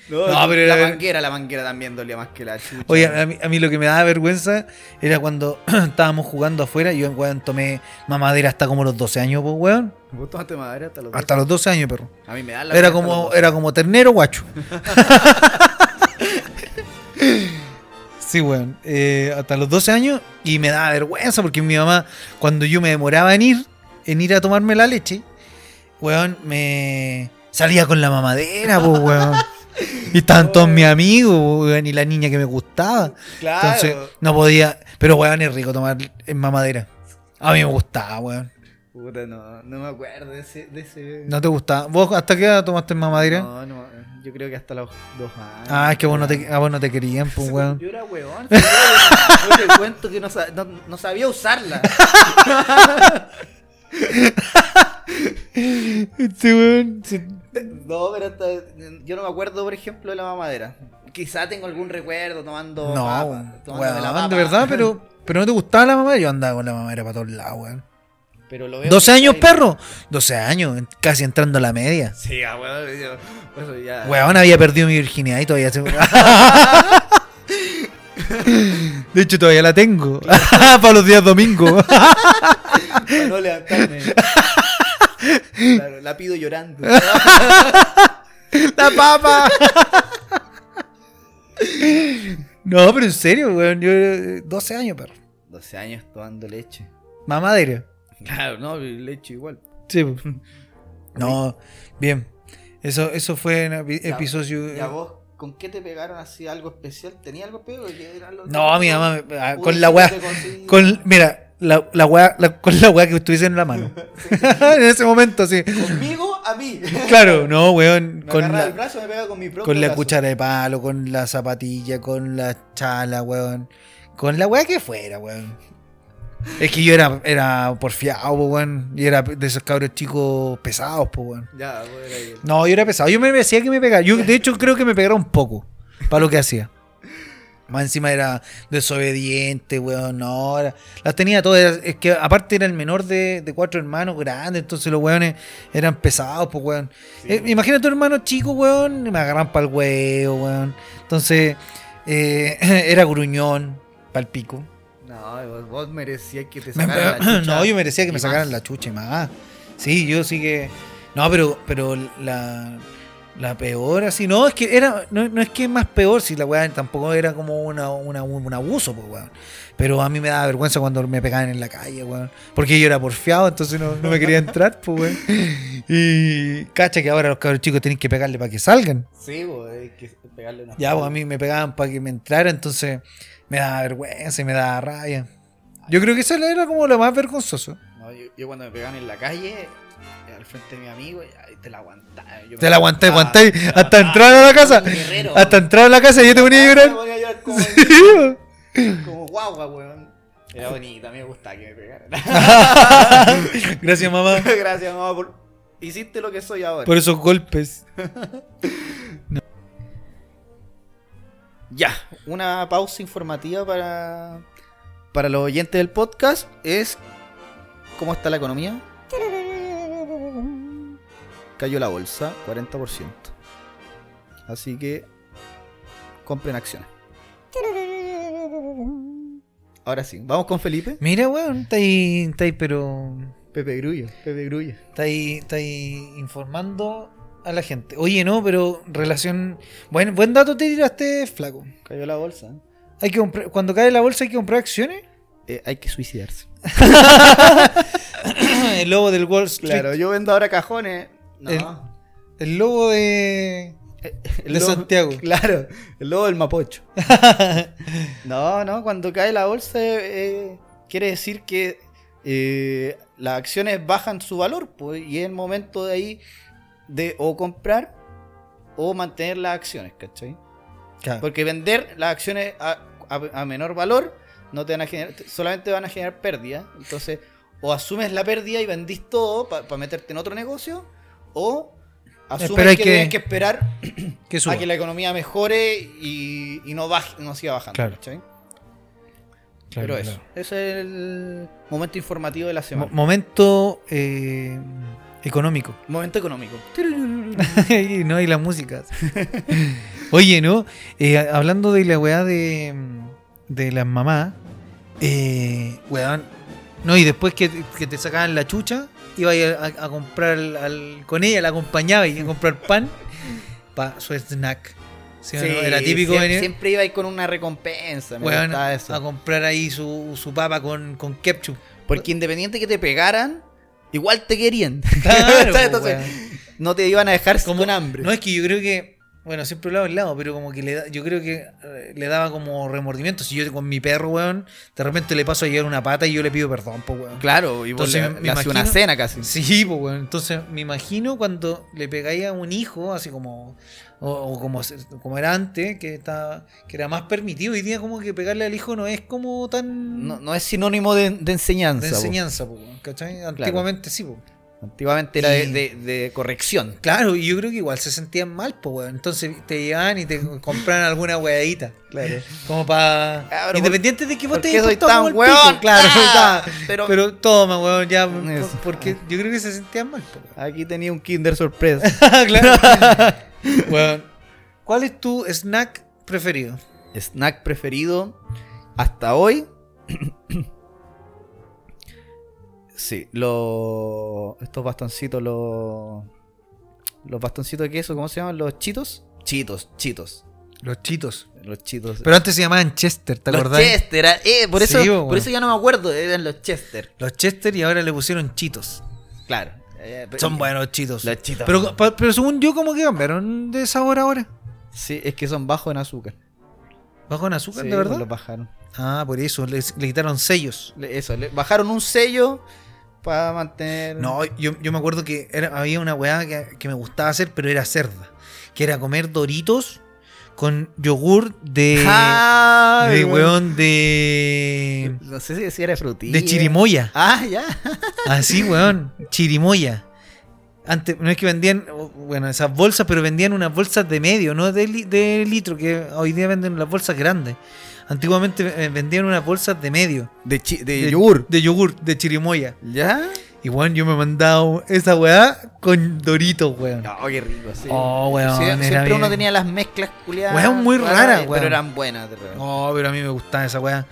S1: No,
S2: No, pero
S1: la
S2: era-
S1: manguera, la manguera también dolía más que la chucha.
S2: Oye, eh, a mí, a mí lo que me daba vergüenza era cuando estábamos jugando afuera. Yo, weón, tomé mamadera hasta como los 12 años, pues, weón.
S1: ¿Vos tomaste madera hasta los
S2: Hasta los 12 años, perro.
S1: A mí me da la
S2: Era
S1: hasta los
S2: como,
S1: doce.
S2: era como ternero guacho. sí, weón. Eh, hasta los 12 años. Y me daba vergüenza porque mi mamá, cuando yo me demoraba en ir, en ir a tomarme la leche, weón, me salía con la mamadera, pues, weón. Y estaban todos
S1: Oh.
S2: mis amigos, weón, y la niña que me gustaba.
S1: Claro.
S2: Entonces, no podía. Pero, weón, es rico tomar en mamadera. A mí me gustaba, weón.
S1: Puta, no, no me acuerdo de ese. De ese...
S2: ¿No te gustaba? ¿Vos hasta qué edad tomaste en mamadera?
S1: No, no, yo creo que hasta los dos años.
S2: Ah, es que vos no te, a vos no te querían, pues, weón.
S1: Yo era weón. Yo era- yo te cuento que no, sa- no- no sabía usarla.
S2: Este weón.
S1: No, pero hasta- yo no me acuerdo, por ejemplo, de la mamadera. Quizá tengo algún recuerdo tomando.
S2: No,
S1: papa, tomando de la
S2: weón,
S1: papa.
S2: de verdad, pero, pero no te gustaba la mamadera. Yo andaba con la mamadera para todos lados, weón.
S1: Pero lo veo
S2: 12
S1: muy
S2: años,
S1: baile.
S2: perro. 12 años, en- casi entrando a la media.
S1: Sí, ah, weón. yo- eso ya.
S2: Weón, había perdido mi virginidad y todavía se. De hecho, todavía la tengo. para los días domingos.
S1: Para no levantarme. Claro, la pido llorando.
S2: ¡La papa! no, pero en serio, weón. Yo, eh, 12 años, perro.
S1: 12 años tomando leche.
S2: Mamadera.
S1: Claro, no, leche igual.
S2: Sí. pues. No, bien. Eso, eso fue en epi-
S1: Ya,
S2: episodio. eh,
S1: ¿Y a vos con qué te pegaron así algo especial? ¿Tenía algo especial? ¿Qué era lo-
S2: No, mi mamá, me- ah,
S1: Pude
S2: con la
S1: decirte
S2: weá.
S1: conseguí-
S2: Con, mira, la, la weá, la- con la weá que estuviese en la mano. en ese momento, sí.
S1: Conmigo, a mí.
S2: Claro, no, weón.
S1: Me
S2: Con
S1: agarra el
S2: la,
S1: brazo, me pega con mi propio
S2: con la
S1: brazo.
S2: cuchara de palo, con la zapatilla, con la chala, weón. Con la weá que fuera, weón. Es que yo era, era porfiado, po, weón. Y era de esos cabros chicos pesados, po, weón.
S1: Ya, vos eras ahí.
S2: No, yo era pesado. Yo me decía que me pegara. Yo, de hecho, creo que me pegara un poco para lo que hacía. Más encima era desobediente, weón. No, era- las tenía todas. Era- Es que aparte era el menor de, de cuatro hermanos grandes, entonces los weones eran pesados, pues, weón. Eh, imagínate un hermano chico, weón. y Me agarran para el huevo, weón. Entonces, eh, era gruñón. Pal pico.
S1: No, vos, vos merecías que te
S2: Me-
S1: sacaran la chucha.
S2: no, yo merecía que
S1: y
S2: me
S1: más.
S2: sacaran la chucha y más. Sí, yo sí que. No, pero, pero la, la peor así. No, es que era. No, no es que más peor si la weá tampoco era como una, una- un abuso, pues, weón. Pero a mí me daba vergüenza cuando me pegaban en la calle, weón. Porque yo era porfiado, entonces no, no me quería entrar, pues, weón. Y cacha que ahora los cabros chicos tienen que pegarle para que salgan.
S1: Sí, vos, hay que pegarle una.
S2: Ya, pues a mí me pegaban para que me entrara, entonces me daba vergüenza y me daba rabia. Yo creo que eso era como lo más vergonzoso.
S1: No, yo, yo cuando me pegaban en la calle, eh, al frente de mi amigo, y ahí te la aguantaba. yo me
S2: Te la aguanté,
S1: aguantaba,
S2: aguanté
S1: te la
S2: hasta
S1: aguantaba,
S2: entrar a la casa.
S1: como un guerrero.
S2: Hasta entrar a la casa y yo te ponía a
S1: Me
S2: llorar.
S1: ponía a llorar como,
S2: Sí,
S1: como guagua, weón. Era bonita, a mí me gustaba que me pegaran.
S2: po. Gracias, mamá,
S1: Gracias, mamá, por... Hiciste lo que soy ahora.
S2: por esos golpes.
S1: Ya, una pausa informativa para, para los oyentes del podcast es ¿Cómo está la economía? Cayó la bolsa, 40%. Así que compren acciones. Ahora sí, vamos con Felipe.
S2: Mira, weón, está ahí, está ahí, pero.
S1: Pepe Grullo, Pepe Grullo.
S2: Está ahí, está ahí informando a la gente. Oye, no, pero relación. Buen, buen dato te tiraste, flaco.
S1: Cayó la bolsa.
S2: Hay que comprar- cuando cae la bolsa hay que comprar acciones.
S1: Eh, hay que suicidarse.
S2: el lobo del Wall Street.
S1: Claro, yo vendo ahora cajones. No.
S2: El- El lobo de. de Santiago.
S1: Claro, el lobo del Mapocho. No, no, cuando cae la bolsa eh, quiere decir que eh, las acciones bajan su valor pues, y es el momento de ahí de o comprar o mantener las acciones, ¿cachai?
S2: Claro.
S1: Porque vender las acciones a, a- a menor valor no te van a generar, solamente van a generar pérdida. Entonces, o asumes la pérdida y vendís todo para meterte en otro negocio o asumes
S2: Espera, Eh, hay
S1: que,
S2: que-
S1: tienes que esperar
S2: Que
S1: a que la economía mejore y, y no baje, no siga bajando,
S2: Claro.
S1: ¿cachai? Pero eso, ese es el momento informativo de la semana.
S2: Momento eh, económico.
S1: momento económico.
S2: y no, y las músicas. Oye, ¿no? Eh, hablando de la weá de, mm, de las mamás, eh, weón. No, y después que, que te sacaban la chucha, iba a, a- a comprar al- al- con ella, la acompañaba y a comprar pan para su snack. ¿Sí o no? Era típico
S1: siempre,
S2: venir-
S1: siempre iba ahí con una recompensa, me
S2: weón,
S1: gustaba eso.
S2: a comprar ahí su, su papa con, con ketchup.
S1: Porque independiente que te pegaran, igual te querían.
S2: Claro,
S1: ¿Cachai?
S2: pues,
S1: Entonces, no te iban a dejar
S2: Como-
S1: con hambre.
S2: No es que yo creo que, bueno, siempre lo he hablado, pero como que le da- yo creo que eh, le daba como remordimiento. Si yo con mi perro, weón, de repente le paso a llevar una pata y yo le pido perdón, pues, weón.
S1: Claro, y vos
S2: Entonces,
S1: le-
S2: me
S1: le hacías una
S2: imagino-
S1: cena casi.
S2: Sí, pues, weón. Entonces me imagino cuando le pegáis a un hijo, así como, o, o como, se- como era antes, que, estaba, que era más permitido. Hoy día, como que pegarle al hijo no es como tan.
S1: No, no es sinónimo de, de enseñanza.
S2: de
S1: po.
S2: enseñanza, pues, weón, ¿cachai? Antiguamente sí, pues.
S1: Antiguamente era de,
S2: Y-
S1: de- de corrección.
S2: Claro, y yo creo que igual se sentían mal, pues, weón. Entonces te llevaban y te compraban alguna weadita.
S1: Claro.
S2: Como para.
S1: Cabrón,
S2: Independiente de que vos
S1: ¿Por
S2: te
S1: qué
S2: hayas
S1: soy
S2: portado como
S1: tan
S2: el pico,
S1: weón?
S2: Claro,
S1: Ah,
S2: está.
S1: pero-
S2: Pero, toma, weón, ya. por-
S1: Eso.
S2: Porque yo creo que se sentían mal. po, weón.
S1: Aquí tenía un Kinder sorpresa.
S2: claro. Weón, ¿Cuál es tu snack preferido?
S1: snack preferido hasta hoy. sí, los. Estos bastoncitos, los. Los bastoncitos de queso, ¿cómo se llaman? ¿Los chitos? Chitos, chitos.
S2: Los chitos.
S1: Los chitos.
S2: Pero antes se llamaban Chester, ¿te
S1: los
S2: acordás?
S1: Chester, ah, eh, por,
S2: Sí, pues,
S1: eso,
S2: po, weón.
S1: por eso ya no me acuerdo, eran los Chester.
S2: Los Chester y ahora le pusieron chitos.
S1: Claro. eh, pero-
S2: Son buenos los chitos.
S1: Los chitos.
S2: Pero, pa- pero según yo, como que cambiaron de sabor ahora.
S1: Sí, es que son bajos en azúcar.
S2: ¿Bajo en azúcar,
S1: Sí,
S2: de verdad?
S1: pues Los bajaron.
S2: Ah, por eso, les- le quitaron sellos.
S1: Le- Eso, le bajaron un sello para mantener.
S2: No, yo, yo me acuerdo que era- había una weá que, que me gustaba hacer, pero era cerda. Que era comer doritos con yogur de.
S1: ¡Ay,
S2: de
S1: weón!
S2: weón de.
S1: No sé si era frutilla.
S2: de chirimoya.
S1: Ah, ya.
S2: Así, weón. Chirimoya. Antes, no es que vendían, bueno, esas bolsas, pero vendían unas bolsas de medio, no de, li- de litro, que hoy día venden las bolsas grandes. Antiguamente eh, vendían unas bolsas de medio.
S1: De, chi- de
S2: De-
S1: yogur.
S2: De yogur, de chirimoya.
S1: ¿Ya?
S2: Y Y weón, yo me mandaba esa weá con Doritos, weón.
S1: No, qué rico, sí.
S2: Oh, weón.
S1: Sie-
S2: era
S1: siempre
S2: bien.
S1: uno tenía las mezclas culiadas. eh,
S2: Weón, muy rara, weón.
S1: Pero eran buenas, de verdad.
S2: No, pero a mí me gustaba esa weá.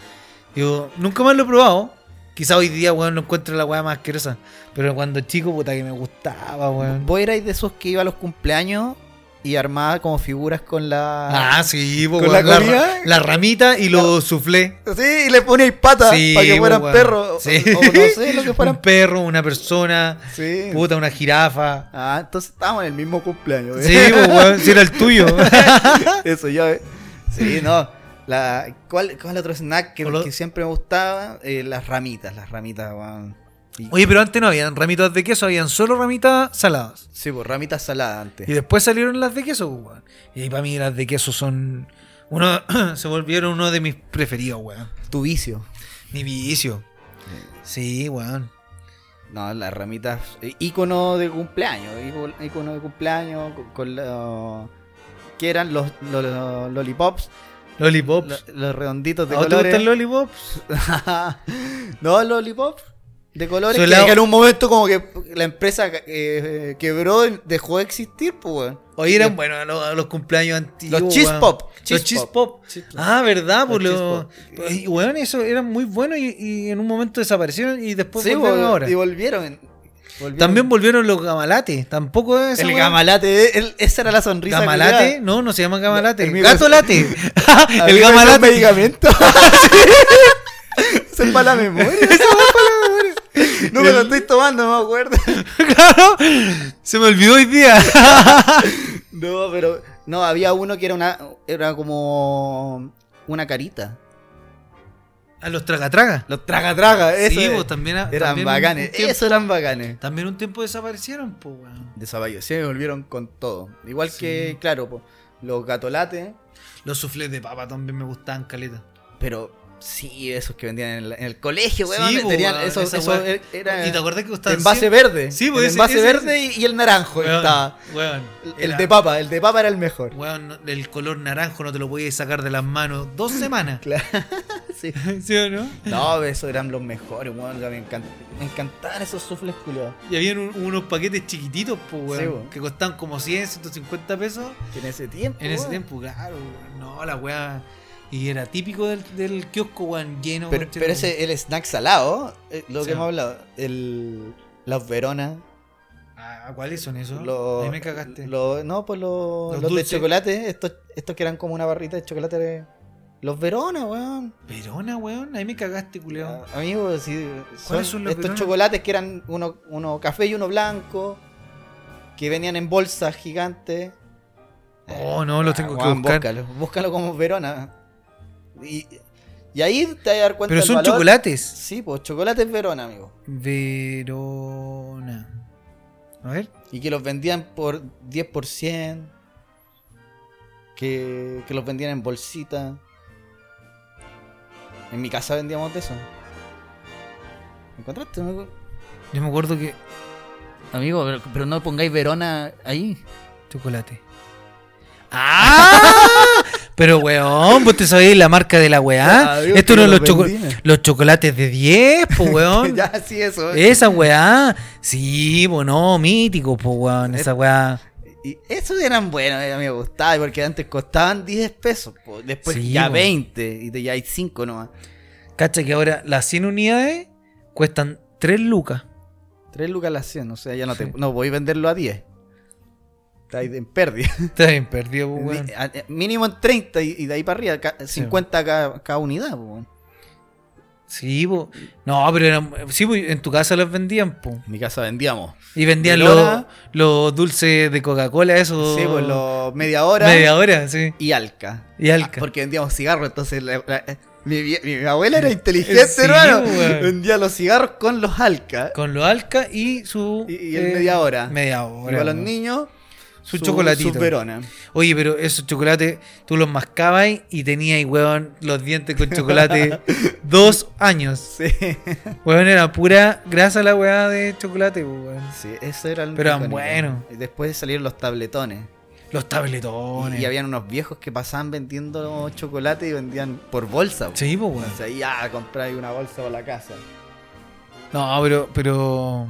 S2: Yo nunca más lo he probado. Quizá hoy día, weón, no encuentro la weá más asquerosa. Pero cuando chico, puta que me gustaba, weón.
S1: Vos erais de esos que iba a los cumpleaños y armaba como figuras con la.
S2: Ah, sí, po,
S1: ¿Con
S2: weón,
S1: la
S2: la, ra-
S1: comida?
S2: la ramita y lo suflé.
S1: Sí, y le ponéis patas
S2: Sí,
S1: para que
S2: po,
S1: fueran
S2: weón.
S1: perros.
S2: Sí.
S1: O, o no sé lo que
S2: Un
S1: fueran.
S2: perro, una persona,
S1: Sí.
S2: puta, una jirafa.
S1: Ah, entonces estábamos en el mismo cumpleaños. ¿eh?
S2: Sí, pues, po, weón, si era el tuyo.
S1: Eso ya, ¿eh? Sí, no. La, ¿cuál, ¿Cuál otro snack que,
S2: O lo-
S1: que siempre me gustaba? Eh, las ramitas, las ramitas, weón. Y-
S2: Oye, pero antes no habían ramitas de queso, habían solo ramitas saladas.
S1: Sí, pues ramitas saladas antes.
S2: Y después salieron las de queso, pues, weón. Y ahí para mí las de queso son. Uno, se volvieron uno de mis preferidos, weón.
S1: Tu vicio.
S2: Mi vicio. Sí, weón.
S1: No, las ramitas. eh, ícono de cumpleaños. ícono- ícono de cumpleaños con, con lo- ¿Qué eran? Los, los- los lollipops.
S2: Lollipops.
S1: lo- los redonditos de
S2: ¿A vos te gustan
S1: colores.
S2: lollipops?
S1: no, lollipops. De colores
S2: Su
S1: que,
S2: helado-
S1: que en un momento como que la empresa eh, quebró, y dejó de existir, pues, weón.
S2: Hoy eran, bueno, los, los cumpleaños antiguos.
S1: Los cheese
S2: weón.
S1: pop.
S2: Los cheese pop. Ah, ¿verdad? Pues
S1: Los
S2: los.
S1: cheese pop.
S2: Ay, Weón, eso eran muy buenos y, y en un momento desaparecieron y después
S1: Sí,
S2: volvieron
S1: weón,
S2: ahora.
S1: Y volvieron. volvieron.
S2: También volvieron los gamalates. Tampoco es.
S1: El gamalate, eh, el- esa era la sonrisa.
S2: ¿Gamalate?
S1: culiada.
S2: No, no se llama gamalate.
S1: El mío
S2: Gato
S1: es-
S2: late.
S1: A
S2: el
S1: mí me dan
S2: gamalate.
S1: medicamento. Eso es para la memoria. No me lo estoy tomando, no me acuerdo.
S2: Claro, se me olvidó hoy día.
S1: No, pero. No, había uno que era una. Era como. Una carita.
S2: A los tragatraga.
S1: Los traga-traga, eso.
S2: Sí,
S1: es.
S2: vos, también.
S1: eran
S2: también
S1: bacanes.
S2: un tiempo-
S1: Eso eran bacanes.
S2: También un tiempo desaparecieron, po, weón.
S1: Desaparecieron, volvieron con todo. Igual
S2: Sí.
S1: que, claro, po, los gatolates.
S2: Los suflés de papa también me gustaban, caleta.
S1: Pero sí, esos que vendían en, la- en el colegio,
S2: Sí,
S1: weón.
S2: po,
S1: tenían,
S2: weón,
S1: eso,
S2: esa
S1: eso
S2: weá.
S1: era.
S2: ¿Y te acordás que gustaban?
S1: En base verde.
S2: Sí, po,
S1: el
S2: ese-
S1: envase
S2: ese-
S1: verde y- y el naranjo
S2: Weón,
S1: estaba.
S2: weón,
S1: El,
S2: era-
S1: de papa, el de papa era el mejor.
S2: Weón, no- el color naranjo no te lo podías sacar de las manos dos semanas.
S1: Claro. Sí.
S2: ¿Sí o no?
S1: No, esos eran los mejores, weón. ya Me, encan- me encantaban esos sufles culiados.
S2: Y habían un- unos paquetes chiquititos, po, weón,
S1: Sí, weón.
S2: que costaban como 100, 150 pesos.
S1: Que En ese tiempo.
S2: En ese
S1: weón.
S2: tiempo, claro, weón. No, la weá. Y era típico del, del kiosco, weón, lleno.
S1: Pero,
S2: conchero,
S1: pero ese, el snack salado, eh, lo
S2: Sí.
S1: que hemos hablado, el, las veronas,
S2: weón. Ah, ¿cuáles son esos?
S1: los,
S2: Ahí me cagaste.
S1: los- no, pues los,
S2: Los
S1: los de
S2: dulces.
S1: chocolate, estos, estos que eran como una barrita de chocolate, de- los veronas, weón.
S2: Verona, weón. Ahí me cagaste, culeón.
S1: Ah, Amigo, sí, son,
S2: ¿Cuáles son los
S1: estos
S2: Verona?
S1: chocolates que eran uno, uno café y uno blanco, que venían en bolsas gigantes.
S2: Oh, no, los tengo
S1: Ah,
S2: que
S1: weón,
S2: buscar.
S1: Búscalo, búscalo como verona. Y, y ahí te vas a dar cuenta
S2: Pero
S1: del
S2: son
S1: valor.
S2: chocolates.
S1: Sí, pues chocolates verona, amigo.
S2: Verona. A ver.
S1: Y que los vendían por 10%. Que, que los vendían en bolsita. En mi casa vendíamos de eso. ¿Encontraste? amigo?
S2: Yo me acuerdo que.
S1: Amigo, pero, pero no pongáis Verona ahí.
S2: Chocolate. ¡Ah! Pero weón, vos te sabés la marca de la weá.
S1: Ah, digo,
S2: Esto
S1: que
S2: no
S1: no
S2: los,
S1: los
S2: choco-
S1: vendí.
S2: los chocolates de 10, pues weón.
S1: ya, sí, eso. eh.
S2: Esa weá. Sí, bueno, mítico, pues weón.
S1: Eh.
S2: Esa weá.
S1: Y esos eran buenos, eh, me gustaba, porque antes costaban 10 pesos, po, después
S2: Sí,
S1: ya
S2: bueno.
S1: 20, y te, ya hay 5 nomás.
S2: Cacha que ahora las 100 unidades cuestan 3 lucas.
S1: 3 lucas las 100, o sea, ya no,
S2: Sí.
S1: te, no voy a venderlo a 10. Está ahí en pérdida.
S2: Está bien perdido, pues weón.
S1: Ni- a- a- Mínimo en 30 y, y de ahí para arriba, ca- 50 cada, cada unidad. po.
S2: Sí, po. No, pero eran. Sí, po, en tu casa los vendían, po.
S1: En mi casa vendíamos.
S2: Y vendían los
S1: Lola.
S2: los dulces de Coca-Cola, eso.
S1: Sí, pues los media hora
S2: Oh. Media hora, sí.
S1: y alca.
S2: Y Alca.
S1: Ah, porque vendíamos cigarros, entonces la- la- eh, mi, vie- mi abuela era inteligente,
S2: Sí,
S1: hermano.
S2: weón.
S1: Vendía los cigarros con los alca.
S2: Con los Alca y su. eh,
S1: Y, y el media hora.
S2: Media hora.
S1: Y para los
S2: weón.
S1: niños,
S2: Su chocolatito.
S1: Su Verona.
S2: Oye, pero esos chocolates tú los mascabas y tenías, weón, los dientes con chocolate dos años.
S1: Sí.
S2: Weón, era pura grasa la weá de chocolate, po, weón.
S1: sí, eso era el
S2: Pero eran
S1: icónico.
S2: buenos.
S1: Y después salieron los tabletones.
S2: Los tabletones.
S1: Y, y habían unos viejos que pasaban vendiendo chocolate y vendían por bolsa. po. ah,
S2: Sí, pues, weón.
S1: Entonces ahí ya compráis una bolsa para la casa.
S2: No, pero, pero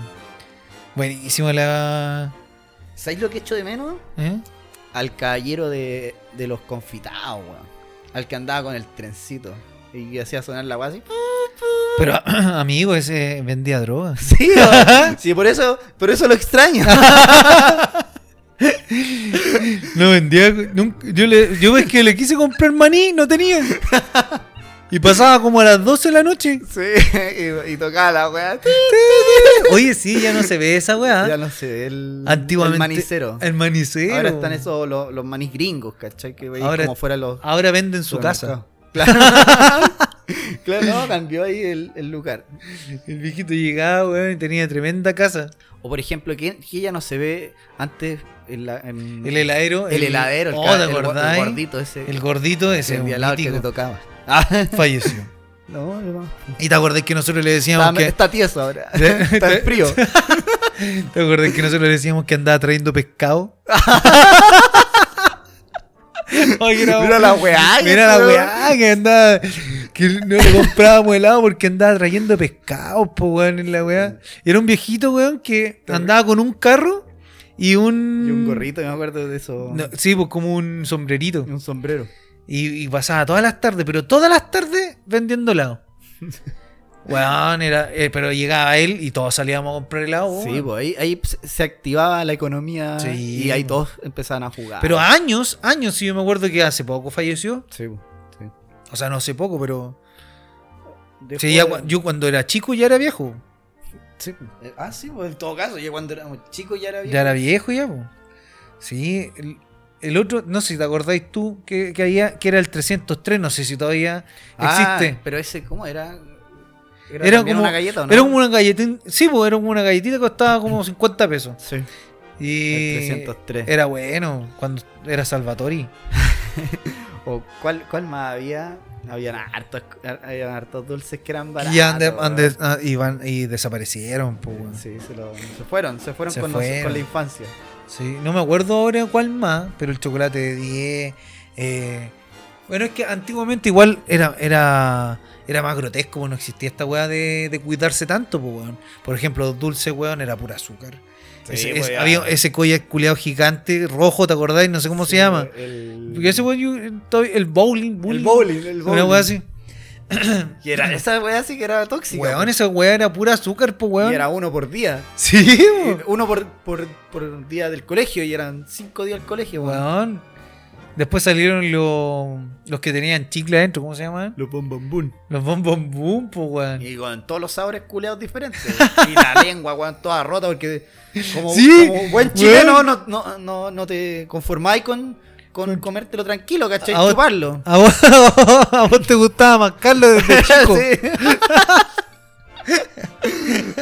S2: Buenísimo la.
S1: ¿Sabéis lo que echo de menos?
S2: ¿eh?
S1: Al caballero de, de los confitados, weón. Al que andaba con el trencito. Y que hacía sonar la weá así.
S2: Pero, amigo, ese vendía drogas.
S1: Sí, weón. sí, por eso, por eso lo extraño.
S2: Ah. No vendía. nunca- yo, le, yo es que le quise comprar maní, no tenía. Y pasaba como a las 12 de la noche.
S1: sí, y, y tocaba la weá.
S2: Oye, sí, ya no se ve esa weá.
S1: Ya no sé, el,
S2: Antiguamente.
S1: el manicero.
S2: El manicero.
S1: eh, Ahora están esos los, los manis gringos, ¿cachai? Que veis
S2: Ahora-
S1: como fuera los.
S2: Ahora venden su casa.
S1: Claro. claro, no, cambió ahí el, el lugar.
S2: El viejito llegaba, weón, y tenía tremenda casa.
S1: O por ejemplo, que, que ya no se ve antes en la- en-
S2: El heladero.
S1: el heladero, el,
S2: oh,
S1: ca-
S2: ¿te
S1: el gor- el
S2: acordás?
S1: gordito ese.
S2: El gordito ese.
S1: ese
S2: un
S1: diablado que
S2: mítico. Ah.
S1: te tocaba.
S2: falleció.
S1: No, no.
S2: Y te acordás que nosotros le decíamos
S1: Está,
S2: que.
S1: está tieso ahora.
S2: ¿Eh?
S1: está en frío.
S2: ¿Te acordás que nosotros le decíamos que andaba trayendo pescado? Ay, era-
S1: Mira la weá. que
S2: Mira la
S1: fue,
S2: weá que andaba. Que no le comprábamos helado porque andaba trayendo pescado, po, weón, en la weá. Era un viejito, weón, que andaba con un carro y un.
S1: Y un gorrito, me acuerdo de eso.
S2: No, sí, pues como un sombrerito.
S1: Y Un sombrero.
S2: Y, y pasaba todas las tardes, pero todas las tardes vendiendo helado. Weón, era. eh, pero llegaba él y todos salíamos a comprar helado.
S1: Sí,
S2: weón.
S1: pues ahí, ahí se se activaba la economía
S2: Sí,
S1: y ahí
S2: po.
S1: todos empezaban a jugar.
S2: Pero años, años, sí, yo me acuerdo que hace poco falleció.
S1: Sí, po, sí.
S2: O sea, no hace poco, pero.
S1: Dejó
S2: Sí, ya
S1: de-
S2: cua- yo cuando era chico ya era viejo.
S1: Sí, po. Eh, Ah, sí, pues en todo caso, yo cuando éramos chicos ya era
S2: Ya era viejo ya, po. Sí, el, el otro, no sé si te acordáis tú que, que había, que era el 303, no sé si todavía
S1: Ah,
S2: existe.
S1: Pero ese, ¿cómo era?
S2: Era
S1: también
S2: como-
S1: una galleta, ¿o ¿no?
S2: Era como una galletita, sí, pues era como una galletita que costaba como 50 pesos.
S1: Sí,
S2: Y
S1: el 303.
S2: era bueno cuando era Salvatori.
S1: ¿O cuál, cuál más había? Habían hartos, habían hartos dulces que eran baratos.
S2: Y, ande- ande-
S1: weón.
S2: ah, y van- y desaparecieron, pues. weón.
S1: Sí, se, lo- se fueron, se fueron,
S2: Se
S1: con, nos- con
S2: fueron.
S1: la infancia.
S2: Sí, no me acuerdo ahora cuál más, pero el chocolate de 10. eh, bueno, es que antiguamente igual era, era, era más grotesco, pues, no existía esta weá de, de cuidarse tanto, pues, weón. Por ejemplo, dulce, weón, era pura azúcar. ese,
S1: pues,
S2: ese- había ese collar culeado gigante, rojo, ¿te acordáis? No sé cómo se llama.
S1: pues, El,
S2: Porque ese weón, yo- todavía- el bowling,
S1: el bowling, el bowling.
S2: Una weá así.
S1: Y era, esa weá sí que era tóxica.
S2: Weón,
S1: po.
S2: esa weá era pura azúcar, pues, weón.
S1: Y era uno por día.
S2: Sí,
S1: Eh,
S2: weón.
S1: Uno por, por, por día del colegio y eran cinco días al colegio, weón.
S2: pues, Weón. Después salieron los- los que tenían chicle adentro, ¿cómo se llaman?
S1: Los bombombón.
S2: Los bombón boom, pues, weón.
S1: Y con todos los sabores culeados diferentes. weón. Y la lengua, weón, toda rota, porque como,
S2: Sí,
S1: como buen
S2: weón.
S1: chileno no, no, no, no te conformáis con, con comértelo tranquilo, ¿cachai?
S2: Ahora-
S1: Chuparlo.
S2: A vos, a vos te gustaba mascarlo desde chico.
S1: Sí.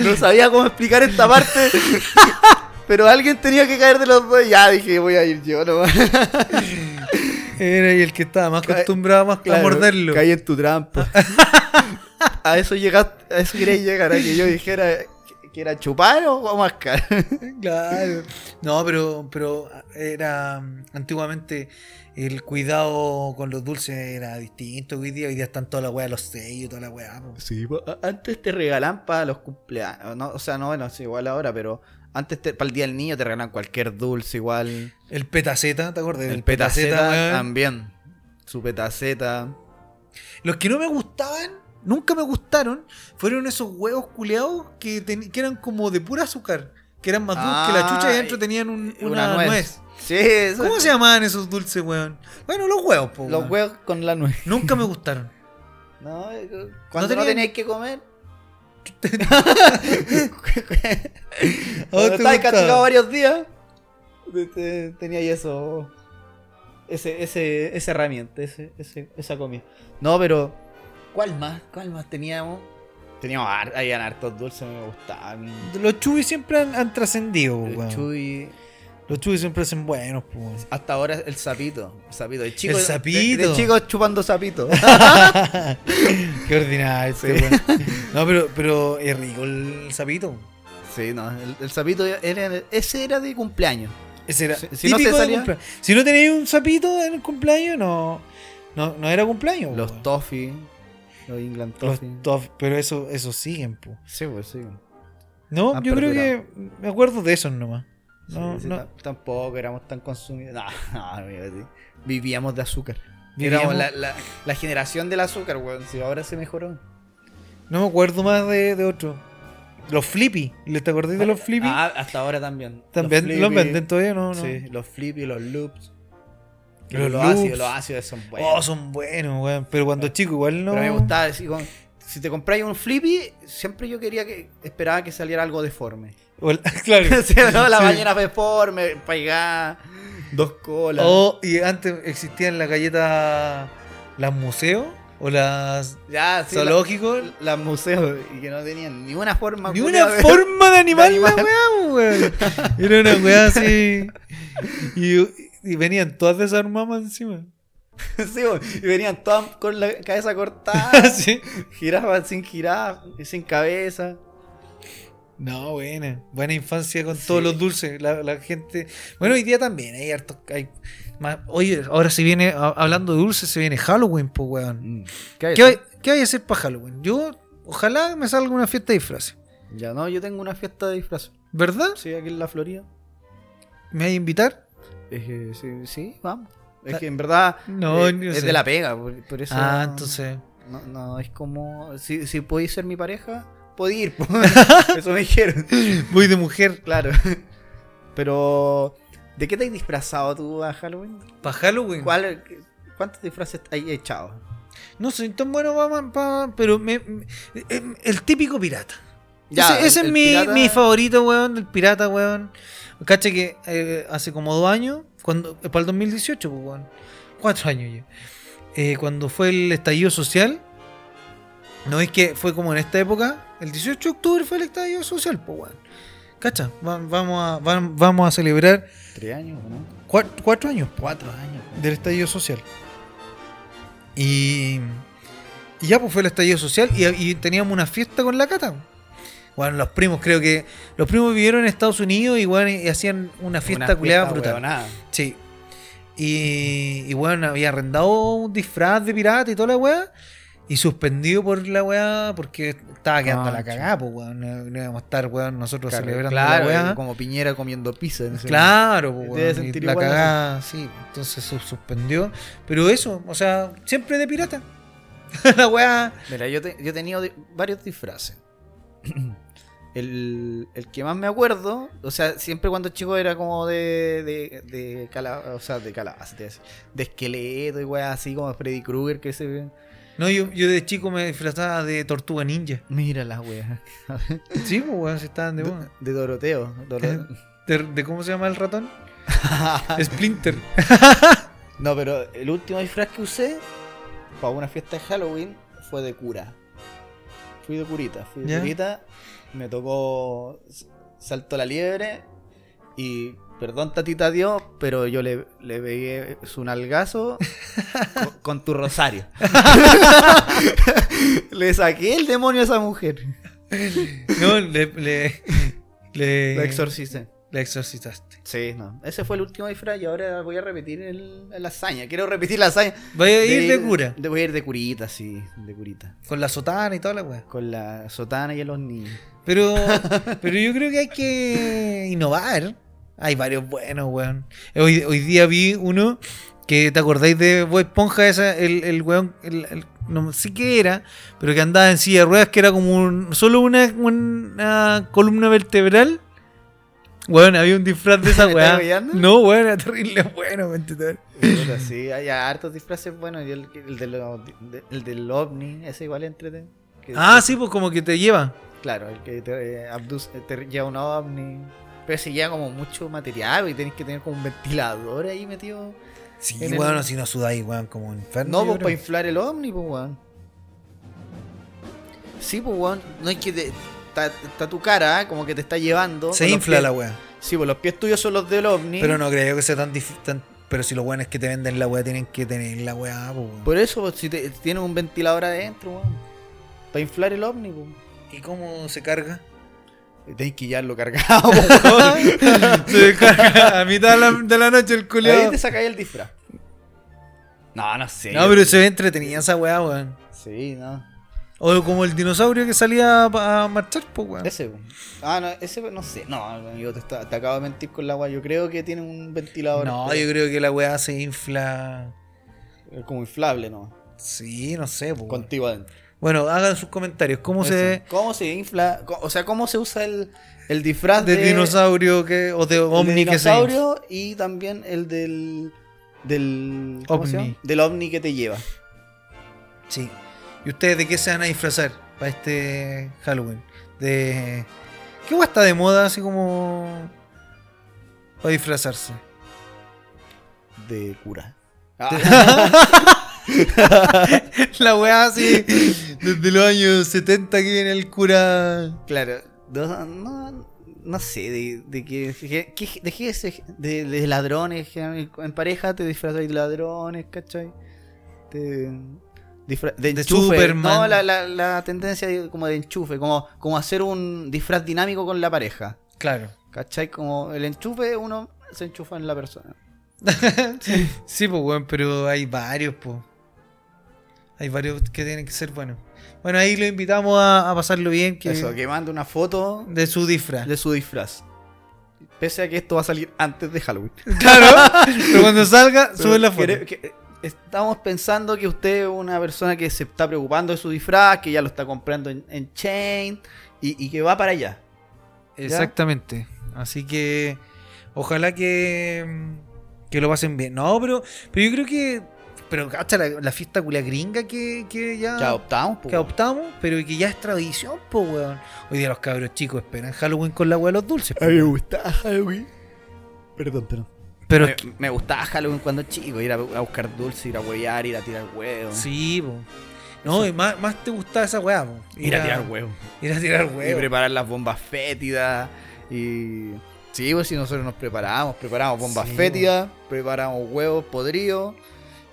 S1: no sabía cómo explicar esta parte. Pero alguien tenía que caer de los dos. Ya dije, voy a ir yo nomás.
S2: Era el que estaba más
S1: Ca-
S2: acostumbrado a, mas- a morderlo.
S1: Caí en tu trampa. a eso llegaste, a eso queréis llegar, a que yo dijera que era chupar o, o mascar.
S2: Claro. No, pero, pero era mm, antiguamente el cuidado con los dulces era distinto. Hoy día, hoy día están toda la weá, los sellos, toda la weá. po.
S1: Sí, po. A- antes te regalan para los cumpleaños. No, o sea, no, bueno, es igual ahora, pero antes para el día del niño te regalan cualquier dulce, igual.
S2: El petaceta, ¿te acuerdas?
S1: El,
S2: del
S1: petaceta ah,
S2: weón?
S1: también. Su petaceta.
S2: Los que no me gustaban, nunca me gustaron, fueron esos huevos culeados que, ten- que eran como de pura azúcar. Que eran más dulces, que la chucha y
S1: Ah,
S2: adentro tenían un- eh,
S1: una
S2: una, nuez.
S1: nuez. Sí, eso.
S2: ¿Cómo se llamaban esos dulces, weón? Bueno, los huevos, po,
S1: Los
S2: weón.
S1: huevos con la nuez.
S2: Nunca me gustaron.
S1: No, eh, cuando no, tenías
S2: tenían-
S1: que comer.
S2: vos Oh,
S1: cuando
S2: te
S1: estabas
S2: gustaba?
S1: castigado varios días, te- te- tenías eso. Ese, ese, esa herramienta, ese, ese- esa comida. No, pero. ¿Cuál más? ¿Cuál más teníamos? Teníamos har- habían hartos dulces, me gustaban.
S2: Los chubis siempre han, han trascendido, po,
S1: El
S2: Oh, weón.
S1: chuy.
S2: Los chubis siempre son buenos, po, weón.
S1: Hasta ahora el sapito. El sapito. El chico,
S2: El
S1: de- de-
S2: sapito.
S1: de chicos chupando sapito.
S2: Ah. Qué ordinario este,
S1: Sí.
S2: weón. No, pero, pero es rico el sapito.
S1: Sí, no, el, el sapito era, ese era de cumpleaños.
S2: Ese era
S1: Si- si no
S2: típico
S1: te
S2: de
S1: salía-
S2: cumpleaños. Si no tenéis un sapito en el cumpleaños, no, no, no era cumpleaños. po,
S1: Los
S2: weón.
S1: toffee, los England
S2: Los
S1: toffee.
S2: tof- pero eso, eso siguen, po.
S1: sí, pues sí.
S2: No,
S1: Han
S2: yo creo
S1: perdurado.
S2: que me acuerdo de eso nomás. No,
S1: Sí, sí,
S2: no.
S1: tam- Tampoco éramos tan consumidos. No, no, amigo, sí. Vivíamos de azúcar.
S2: Vivíamos-
S1: Éramos la, la- la generación del azúcar, weón. Si ahora se mejoró.
S2: No me acuerdo más de, de otro. Los Flippy. ¿Le te acordás de los Flippy?
S1: Ah, hasta ahora también.
S2: También los,
S1: Flippy,
S2: venden todavía, no, no.
S1: Sí, los flippy, los loops.
S2: Los
S1: Los,
S2: loops.
S1: ácidos, los ácidos son buenos.
S2: Oh, son buenos, weón. Pero cuando chico igual no.
S1: Pero a mí me gustaba decir, con- si te compráis un flippy, siempre yo quería que esperaba que saliera algo deforme.
S2: O el- claro.
S1: Sí, ¿no? La
S2: Sí.
S1: ballena deforme, paigada, dos colas.
S2: Oh, y antes existían las galletas. Las museos o las
S1: ya, sí, la-
S2: zoológicos.
S1: las museos y que no tenían ni una forma.
S2: Ni
S1: culiao
S2: una
S1: de-
S2: forma de animal,
S1: de
S2: la
S1: animal.
S2: weá, pues, weón. Era una weá así. Y, y venían todas desarmadas encima.
S1: Sí, bo, y venían todas con la cabeza cortada,
S2: Así.
S1: giraban sin girar, sin cabeza.
S2: No, buena. Buena infancia con todos
S1: Sí.
S2: los dulces. La, la gente. Bueno, hoy día también hay hartos. Hay más... Oye, ahora se viene. a- Hablando de dulces, se viene Halloween, pues, weón.
S1: Mm, ¿Qué hay?
S2: ¿Qué, voy- ¿Qué voy a hacer para Halloween? Yo, ojalá me salga una fiesta de disfraces.
S1: Ya no, yo tengo una fiesta de disfraz.
S2: ¿Verdad?
S1: Sí, aquí en la Florida.
S2: ¿Me vas a invitar?
S1: Es que sí, sí, vamos. Es que en verdad
S2: Ah. No,
S1: eh,
S2: no
S1: es
S2: sé.
S1: de la pega, por, por eso.
S2: Ah,
S1: no-
S2: entonces.
S1: No, no, es como. Si, si podéis ser mi pareja, podéis ir. po. eso me dijeron.
S2: Voy de mujer.
S1: Claro. Pero. ¿De qué te has disfrazado tú a Halloween?
S2: ¿Para Halloween?
S1: ¿Cuál, ¿Cuántos disfraces hay echado?
S2: No soy tan bueno para... pero me, me- em, el típico pirata.
S1: Ya,
S2: ese
S1: el-
S2: ese es
S1: el
S2: mi,
S1: pirata-
S2: mi favorito, weón, el pirata, weón. Cacha que eh, hace como dos años, cuando eh, para el 2018, pues, weón. Cuatro años ya. Eh, cuando fue el estallido social, no es que fue como en esta época, el 18 de octubre fue el estallido social, pues, weón. Cacha, va- vamos, a, va- vamos a celebrar
S1: Tres años, ¿no?
S2: cua- cuatro años, pues
S1: Cuatro años.
S2: del estallido social. Y, y ya pues fue el estallido social y, y teníamos una fiesta con la cata. pues. Bueno, los primos creo que... Los primos vivieron en Estados Unidos y, bueno, y hacían una fiesta culeada brutal.
S1: huevonada.
S2: Sí. Y, y bueno, había arrendado un disfraz de pirata y toda la weá. Y suspendido por la weá porque estaba quedando la
S1: Concha.
S2: cagada, pues weón. No, no íbamos a estar, weón, nosotros
S1: Claro,
S2: celebrando
S1: claro,
S2: la weá.
S1: y como Piñera comiendo pizza. en ese
S2: Claro, po,
S1: Debe
S2: weón, y
S1: sentir
S2: la
S1: igual,
S2: cagada, sí. Entonces se suspendió. Pero eso, o sea, siempre de pirata. la weá.
S1: momento. Mira, yo, te- yo he tenido di- varios disfraces. El, el que más me acuerdo, o sea, siempre cuando chico era como de, de, de cala- o sea, de calabaza, te iba a decir, de esqueleto y weá, así como Freddy Krueger, que se
S2: No, yo, yo de chico me disfrazaba de tortuga ninja.
S1: Mira las weas.
S2: Sí, pues weón, se estaban de
S1: De,
S2: bueno.
S1: de Doroteo. Doro-
S2: De, de cómo se llama el ratón? Ah. Splinter.
S1: No, pero el último disfraz que usé para una fiesta de Halloween fue de cura. Fui de curita, fui de
S2: Ya.
S1: curita, me tocó s- salto la liebre y perdón tatita Dios, pero yo le, le pegué su nalgazo co- con, tu rosario. le saqué el demonio a esa mujer.
S2: No, le. le, le-
S1: Lo exorcicé.
S2: la exorcizaste.
S1: Sí, no. Ese fue el último disfraz y ahora voy a repetir el- la hazaña. Quiero repetir la hazaña.
S2: Vaya a ir de cura.
S1: de- voy a ir de curita, sí, de curita.
S2: Con la sotana y toda la weá.
S1: Con la sotana y los niños.
S2: Pero, pero yo creo que hay que innovar. Hay varios buenos, weón. Hoy, hoy día vi uno que te acordáis de Bob Esponja, esa, el, el weón, el- el- no sé qué era, pero que andaba en silla de ruedas, que era como un- solo una, una columna vertebral. Weón, había un disfraz de esa
S1: ¿Me estás
S2: weá.
S1: hueando?
S2: No, weón, era terrible, bueno, weón, te- te-
S1: Puta, sí, hay hartos disfraces buenos. Y el, el de los- de- el del ovni, ese igual entreten. Que-
S2: Ah, sí, pues como que te lleva.
S1: Claro, el que te, eh, abduce- te lleva un ovni. Pero se lleva como mucho material y tenés que tener como un ventilador ahí metido.
S2: Sí,
S1: En el-
S2: weón, si no sudáis, weón, como un enfermo.
S1: No,
S2: yo
S1: pues
S2: creo.
S1: para inflar el ovni, pues weón. Sí, pues weón. No es que te- está, está tu cara, ¿eh? como que te está llevando.
S2: Se
S1: Con los
S2: infla
S1: pies-
S2: la weá.
S1: Sí, pues los pies tuyos son los del ovni.
S2: Pero no creo que sea tan difícil. Pero si los weones que te venden la weá tienen que tener la weá, po, weón.
S1: Por eso, pues, si te, tienes un ventilador adentro, weón. Para inflar el ovni, weón.
S2: ¿Y cómo se carga?
S1: Tenés que llevarlo cargado,
S2: se carga a mitad de la, de la noche el
S1: Ahí
S2: culiado.
S1: te sacáis el disfraz. No, no sé.
S2: No, pero se ve entretenida esa weá, weón.
S1: Sí, no.
S2: O como el dinosaurio que salía pa- a marchar, pues, weón.
S1: Ese, weón. Ah, no, ese no sé. No, amigo, te, está- te acabo de mentir con la agua. Yo creo que tiene un ventilador.
S2: No,
S1: pero
S2: yo creo que la weá se infla.
S1: es como inflable, ¿no?
S2: Sí, no sé, pues.
S1: Contigo adentro.
S2: Bueno, hagan sus comentarios. ¿Cómo se.
S1: Eso. ¿Cómo se infla? Co- O sea, ¿cómo se usa el, el disfraz
S2: de
S1: de,
S2: dinosaurio que, o de
S1: el de
S2: ovni que se infla?
S1: dinosaurio y también el del. del. ¿cómo se
S2: Ovni.
S1: llama? Del ovni que te lleva.
S2: Sí. ¿Y ustedes de qué se van a disfrazar para este Halloween? De. ¿Qué weá está de moda así como. para disfrazarse?
S1: De cura. Ah,
S2: la weá así. Desde los años 70 que viene el cura.
S1: claro. No, no, no sé, de, de que, que- que- de, qué se- de- de ladrones. que En pareja te disfrazáis de ladrones, ¿cachai? Te- disfra- de
S2: De
S1: enchufe.
S2: Superman.
S1: No, la, la- la tendencia de- como de enchufe, como, como hacer un disfraz dinámico con la pareja.
S2: Claro.
S1: ¿Cachai? Como el enchufe, uno se enchufa en la persona.
S2: Sí, pues, weón, pero hay varios, pues. Hay varios que tienen que ser buenos. Bueno, ahí lo invitamos a, a pasarlo bien. Que,
S1: Eso, que manda una foto
S2: De su disfraz.
S1: de su disfraz. Pese a que esto va a salir antes de Halloween.
S2: Claro. pero cuando salga, sube la foto.
S1: Quere- que- eh, Estamos pensando que usted es una persona que se está preocupando de su disfraz, que ya lo está comprando en, en Chain y, y que va para allá.
S2: Exactamente. Así que ojalá que, mm, que lo pasen bien. No, pero, pero yo creo que. Pero hasta la, la fiesta culia gringa que, que ya,
S1: Ya optamos, po,
S2: Ah. que adoptamos, pero que ya es tradición, po, weón. Hoy día los cabros chicos esperan Halloween con la weá de los dulces. po.
S1: weón. A mí me gustaba Halloween. Perdón, perdón.
S2: Pero
S1: Me,
S2: es que-
S1: me gustaba Halloween cuando chico, ir a, a buscar dulce, ir a huevear, ir a tirar huevos.
S2: Sí, po. No, y más, más te gustaba esa weá, po.
S1: Ir a tirar huevos.
S2: Ir a tirar
S1: Y
S2: huevos.
S1: preparar las bombas fétidas. Y. Sí, pues si nosotros nos preparamos, preparamos bombas
S2: Sí,
S1: fétidas, preparamos huevos podridos,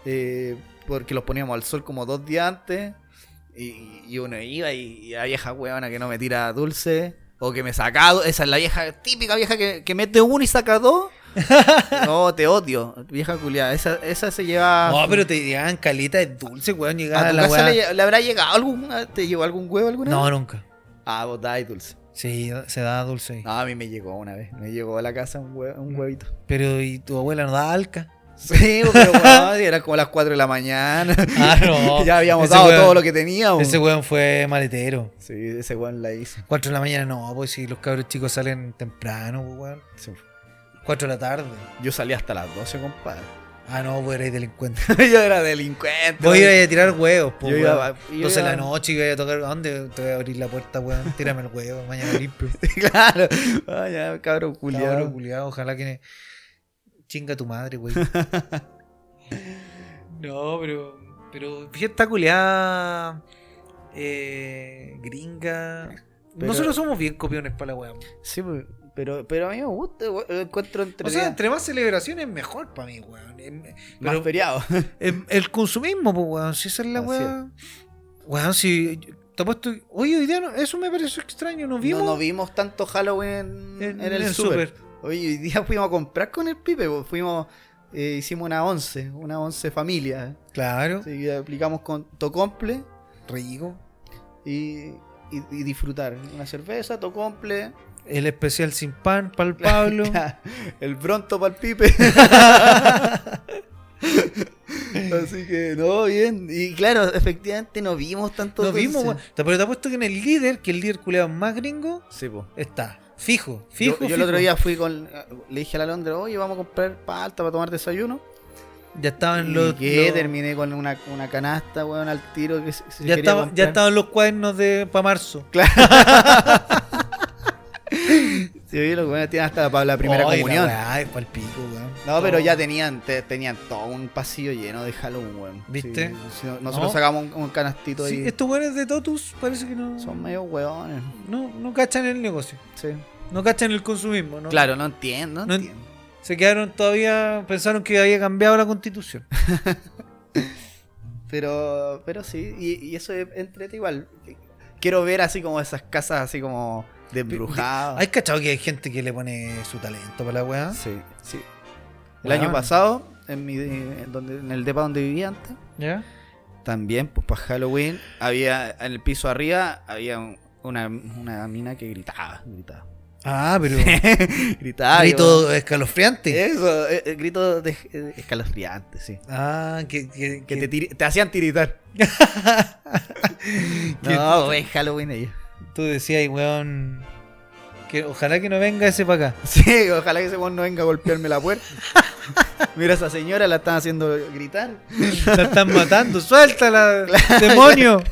S1: eh, porque los poníamos al sol como dos días antes. Y, y uno iba y, y la vieja huevona que no me tira dulce. O que me saca do- Esa es la vieja, típica vieja que, que mete uno y saca dos. no, te odio. Vieja culiada. Esa, esa se lleva.
S2: No, pero te llegaban caleta de dulce, weón. Llegaba
S1: ¿A tu
S2: la
S1: casa
S2: weá.
S1: le, lle- le habrá llegado algún. ¿Te llegó algún huevo alguna
S2: No,
S1: vez?
S2: nunca. Ah.
S1: Ah, vos dais dulce.
S2: Sí, se daba dulce. ahí.
S1: No, a mí me llegó una vez. Me llegó a la casa un, hue- un
S2: Mm.
S1: huevito.
S2: Pero, ¿y tu abuela no daba alca?
S1: Sí, pero weón, era como las 4 de la mañana.
S2: Ah, no.
S1: ya habíamos
S2: Ese
S1: dado
S2: weón-
S1: todo lo que teníamos.
S2: Ese weón fue maletero.
S1: Sí, ese weón la hizo.
S2: 4 de la mañana no, pues si los cabros chicos salen temprano, pues, weón.
S1: Sí.
S2: 4 de la tarde.
S1: Yo salí hasta las 12, compadre.
S2: Ah, no, pues eres delincuente.
S1: Yo era delincuente.
S2: Voy a ir
S1: weón.
S2: ahí a tirar huevos, pues,
S1: Yo
S2: weón.
S1: iba- yo
S2: 12 de la
S1: iba-
S2: noche y voy a tocar. ¿A dónde te voy a abrir la puerta, weón? Tírame el huevo, mañana limpio.
S1: claro. Ah, ya, cabrón culiado.
S2: Cabrón, culiao, ojalá que. Chinga tu madre, güey. no, pero. Pero fiesta culiada. eh, gringa.
S1: Pero-
S2: Nosotros somos bien copiones para la weá.
S1: Sí, pues, pero, pero a mí me gusta. weón, Encuentro entre
S2: O sea, entre más celebraciones, mejor para mí, weón. Em,
S1: más
S2: pero
S1: feriado.
S2: em, el consumismo, pues, weón. Si esa es la
S1: Así
S2: weá. Weón, si. Te apuesto. Oye, hoy día no- eso me pareció extraño. Nos vimos
S1: No, no vimos tanto Halloween en,
S2: en,
S1: en el,
S2: el
S1: super.
S2: súper.
S1: Oye, hoy día fuimos a comprar con el Pipe, pues, fuimos, eh, hicimos una once, una once familia.
S2: Claro,
S1: Así que aplicamos con Tocomple
S2: rico.
S1: y, y- y disfrutar. Una cerveza, Tocomple,
S2: El especial sin pan, pa'l Pablo.
S1: el Bronto para el Pipe. Así que, no, bien. Y claro, efectivamente no vimos tanto.
S2: Nos vimos,
S1: dulce.
S2: weón. Te- Pero te apuesto que en el líder, que el líder culeado más gringo,
S1: Sí, po.
S2: está. Fijo, fijo.
S1: yo, yo el
S2: fijo.
S1: otro día fui con. Le dije a la Londra, oye, vamos a comprar palta para tomar desayuno.
S2: Ya estaban
S1: Y
S2: los.
S1: que
S2: los-
S1: terminé con una, una canasta, weón, al tiro que se, se quería
S2: ya, estaba- ya
S1: comprar.
S2: estaban los cuadernos de para marzo.
S1: Sí, oye, los weones tienen hasta para la primera
S2: Ay, la
S1: comunión.
S2: weá, es pa'l pico, weón.
S1: no, pero
S2: Todo.
S1: ya tenían te- tenían todo un pasillo lleno de Halloween, weón.
S2: ¿Viste?
S1: Sí, sí, nosotros
S2: No.
S1: sacamos un, un canastito
S2: Sí,
S1: ahí.
S2: estos weones de Totus parece que no.
S1: Son medio weones.
S2: No, no cachan el negocio.
S1: Sí.
S2: No cachan el consumismo, ¿no?
S1: Claro, no entiendo, no,
S2: No
S1: entiendo.
S2: Se quedaron todavía. Pensaron que había cambiado la constitución.
S1: Pero, pero sí, y, y eso es entrete igual. Quiero ver así como esas casas así como desbrujadas.
S2: ¿Hay cachado que hay gente que le pone su talento para la weá?
S1: Sí, sí. El
S2: Weón.
S1: año pasado, en mi en donde, en el depa donde vivía antes,
S2: ¿Ya?
S1: También, pues para Halloween, había en el piso arriba había un- una, una mina que gritaba. Gritaba.
S2: Ah, pero.
S1: gritaba.
S2: grito
S1: y-
S2: escalofriante.
S1: Eso, eh, eh, grito de, eh, escalofriante, sí.
S2: Ah, que. que,
S1: Que
S2: que-
S1: te, tiri- te hacían tiritar. no, en Halloween ella.
S2: Tú decías, weón. Que ojalá que no venga ese para acá.
S1: Sí, ojalá que ese weón no venga a golpearme la puerta. Mira, esa señora la están haciendo gritar.
S2: La están matando. ¡Suéltala! ¡Demonio!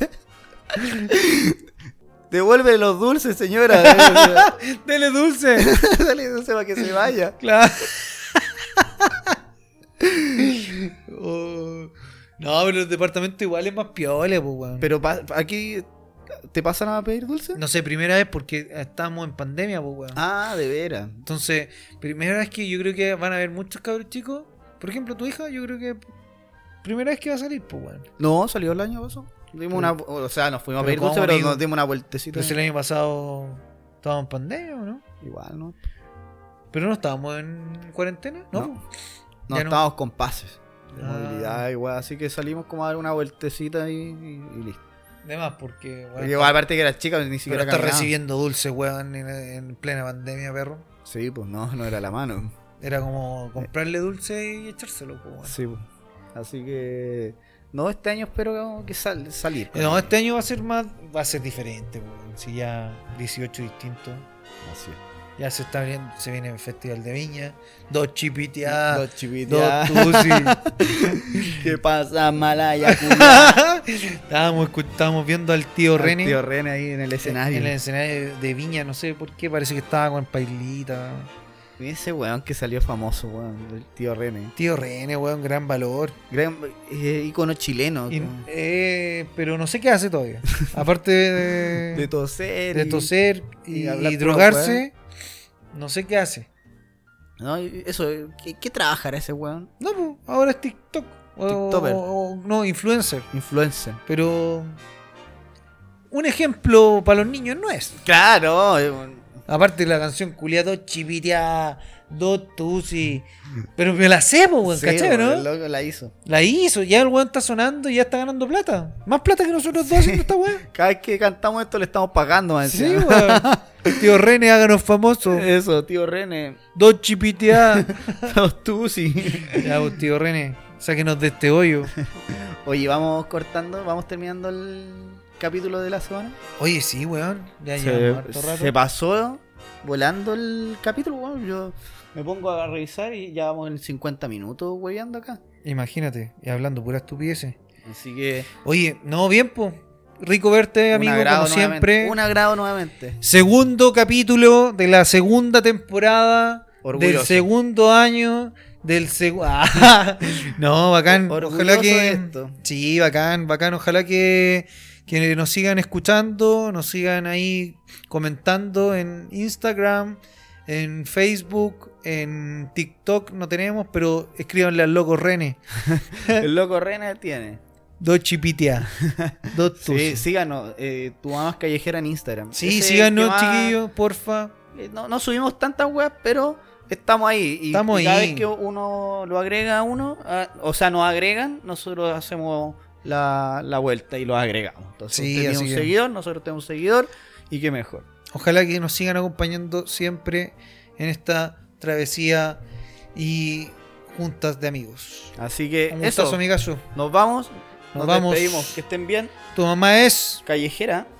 S1: Devuelve los dulces, señora.
S2: ¡Dele dulce!
S1: Dale dulce para que se vaya.
S2: Claro. Oh. No, pero el departamento igual es más piola, pues, weón.
S1: Pero pa- aquí, ¿te pasan a pedir dulce?
S2: No sé, primera vez porque estamos en pandemia, pues, weón.
S1: Ah, de veras.
S2: Entonces, primera vez que yo creo que van a haber muchos cabros chicos. Por ejemplo, tu hija, yo creo que. Primera vez que va a salir, pues, weón.
S1: No, salió el año pasado. Dimos
S2: Pero-
S1: una, o sea, nos fuimos a
S2: pero
S1: pedir
S2: ¿cómo,
S1: dulce, pero
S2: amigo?
S1: nos dimos una vueltecita.
S2: Pero si el año pasado estábamos en pandemia, ¿o no?
S1: Igual, ¿no?
S2: Pero no estábamos en cuarentena, ¿no?
S1: No. No
S2: Ya no.
S1: estábamos con pases de
S2: Ah.
S1: movilidad, igual. Así que salimos como a dar una vueltecita y, y- y listo.
S2: De más, porque, weón.
S1: Y igual, aparte que era chica, ni
S2: pero
S1: siquiera
S2: está
S1: caminaba.
S2: recibiendo dulce, weón, en, en plena pandemia, perro.
S1: Sí, pues no, no era la mano.
S2: Era como comprarle dulce y echárselo, pues, weón.
S1: Sí, pues. Así que. No, este año espero que sal- salir.
S2: No, este año va a ser más. Va a ser diferente, weón. Si ya 18 distintos.
S1: Así es.
S2: Ya se está abriendo, se viene el Festival de Viña. Dos chipiteadas.
S1: Los chiquitos.
S2: Dos tusis.
S1: ¿Qué pasa, Malaya?
S2: estábamos, escu- estábamos viendo al tío René.
S1: Tío René ahí en el escenario.
S2: En el escenario de Viña, no sé por qué, parece que estaba con Pailita.
S1: Y Ese weón que salió famoso, weón. El tío René.
S2: Tío René, weón, gran valor.
S1: Gran eh, ícono chileno.
S2: Y-
S1: como-
S2: eh, pero no sé qué hace todavía. Aparte de,
S1: De toser.
S2: de
S1: y-
S2: toser
S1: y
S2: y,
S1: hablar
S2: y
S1: pura
S2: drogarse, no sé qué hace.
S1: No, y eso, ¿qué, qué trabajará ese weón?
S2: No, pues, ahora es TikTok. O,
S1: TikToker.
S2: o- no, influencer.
S1: Influencer.
S2: Pero un ejemplo para los niños no es.
S1: Claro, eh, un-
S2: Aparte la canción culia dos chipitia, dos tusi. Pero me la sé, po, weón,
S1: sí,
S2: ¿cachai, no?
S1: el loco la hizo.
S2: La hizo, ya el weón está sonando y ya está ganando plata. Más plata que nosotros dos haciendo esta weón.
S1: Cada vez que cantamos esto le estamos pagando, man.
S2: Sí, weón. Tío René, háganos famoso.
S1: Eso, tío René.
S2: Dos chipitia.
S1: Los tusi.
S2: ya, pues, tío René, sáquenos de este hoyo.
S1: Oye, vamos cortando, vamos terminando el capítulo de la semana.
S2: Oye, sí, weón. Ya llevamos
S1: Se,
S2: harto rato.
S1: se pasó volando el capítulo, weón. Yo me pongo a revisar y ya vamos en 50 minutos hueveando acá.
S2: Imagínate, y hablando pura estupideces.
S1: Así que,
S2: Oye, no, bien, po. Rico verte, amigo,
S1: un agrado
S2: como siempre.
S1: nuevamente. Un agrado nuevamente.
S2: Segundo capítulo de la segunda temporada
S1: Orgulloso.
S2: del segundo año del segundo. no, bacán.
S1: Orgulloso
S2: ojalá que.
S1: de esto.
S2: Sí, bacán, bacán. Ojalá que, que nos sigan escuchando, nos sigan ahí comentando en Instagram, en Facebook, en TikTok. No tenemos, pero escríbanle al loco René.
S1: El loco René tiene.
S2: Dos chipitea. Dos tus.
S1: Sí, síganos, eh, tu mamá es callejera en Instagram. Ese
S2: Sí,
S1: es el
S2: síganos,
S1: que más-
S2: chiquillos, porfa.
S1: Eh, No, no subimos tantas webs, pero estamos ahí. Y,
S2: Estamos
S1: y cada
S2: ahí.
S1: vez que uno lo agrega a uno, a- o sea, nos agregan, nosotros hacemos la, la vuelta y los agregamos. Entonces,
S2: Sí,
S1: usted tiene
S2: así
S1: un
S2: que-
S1: seguidor, nosotros tenemos un seguidor, y qué mejor.
S2: Ojalá que nos sigan acompañando siempre en esta travesía y juntas de amigos.
S1: Así que
S2: Un
S1: Eh, eso,
S2: gustazo, amigazo.
S1: nos vamos. Nos,
S2: Nos vamos.
S1: despedimos. Que estén bien.
S2: Tu mamá es.
S1: Callejera.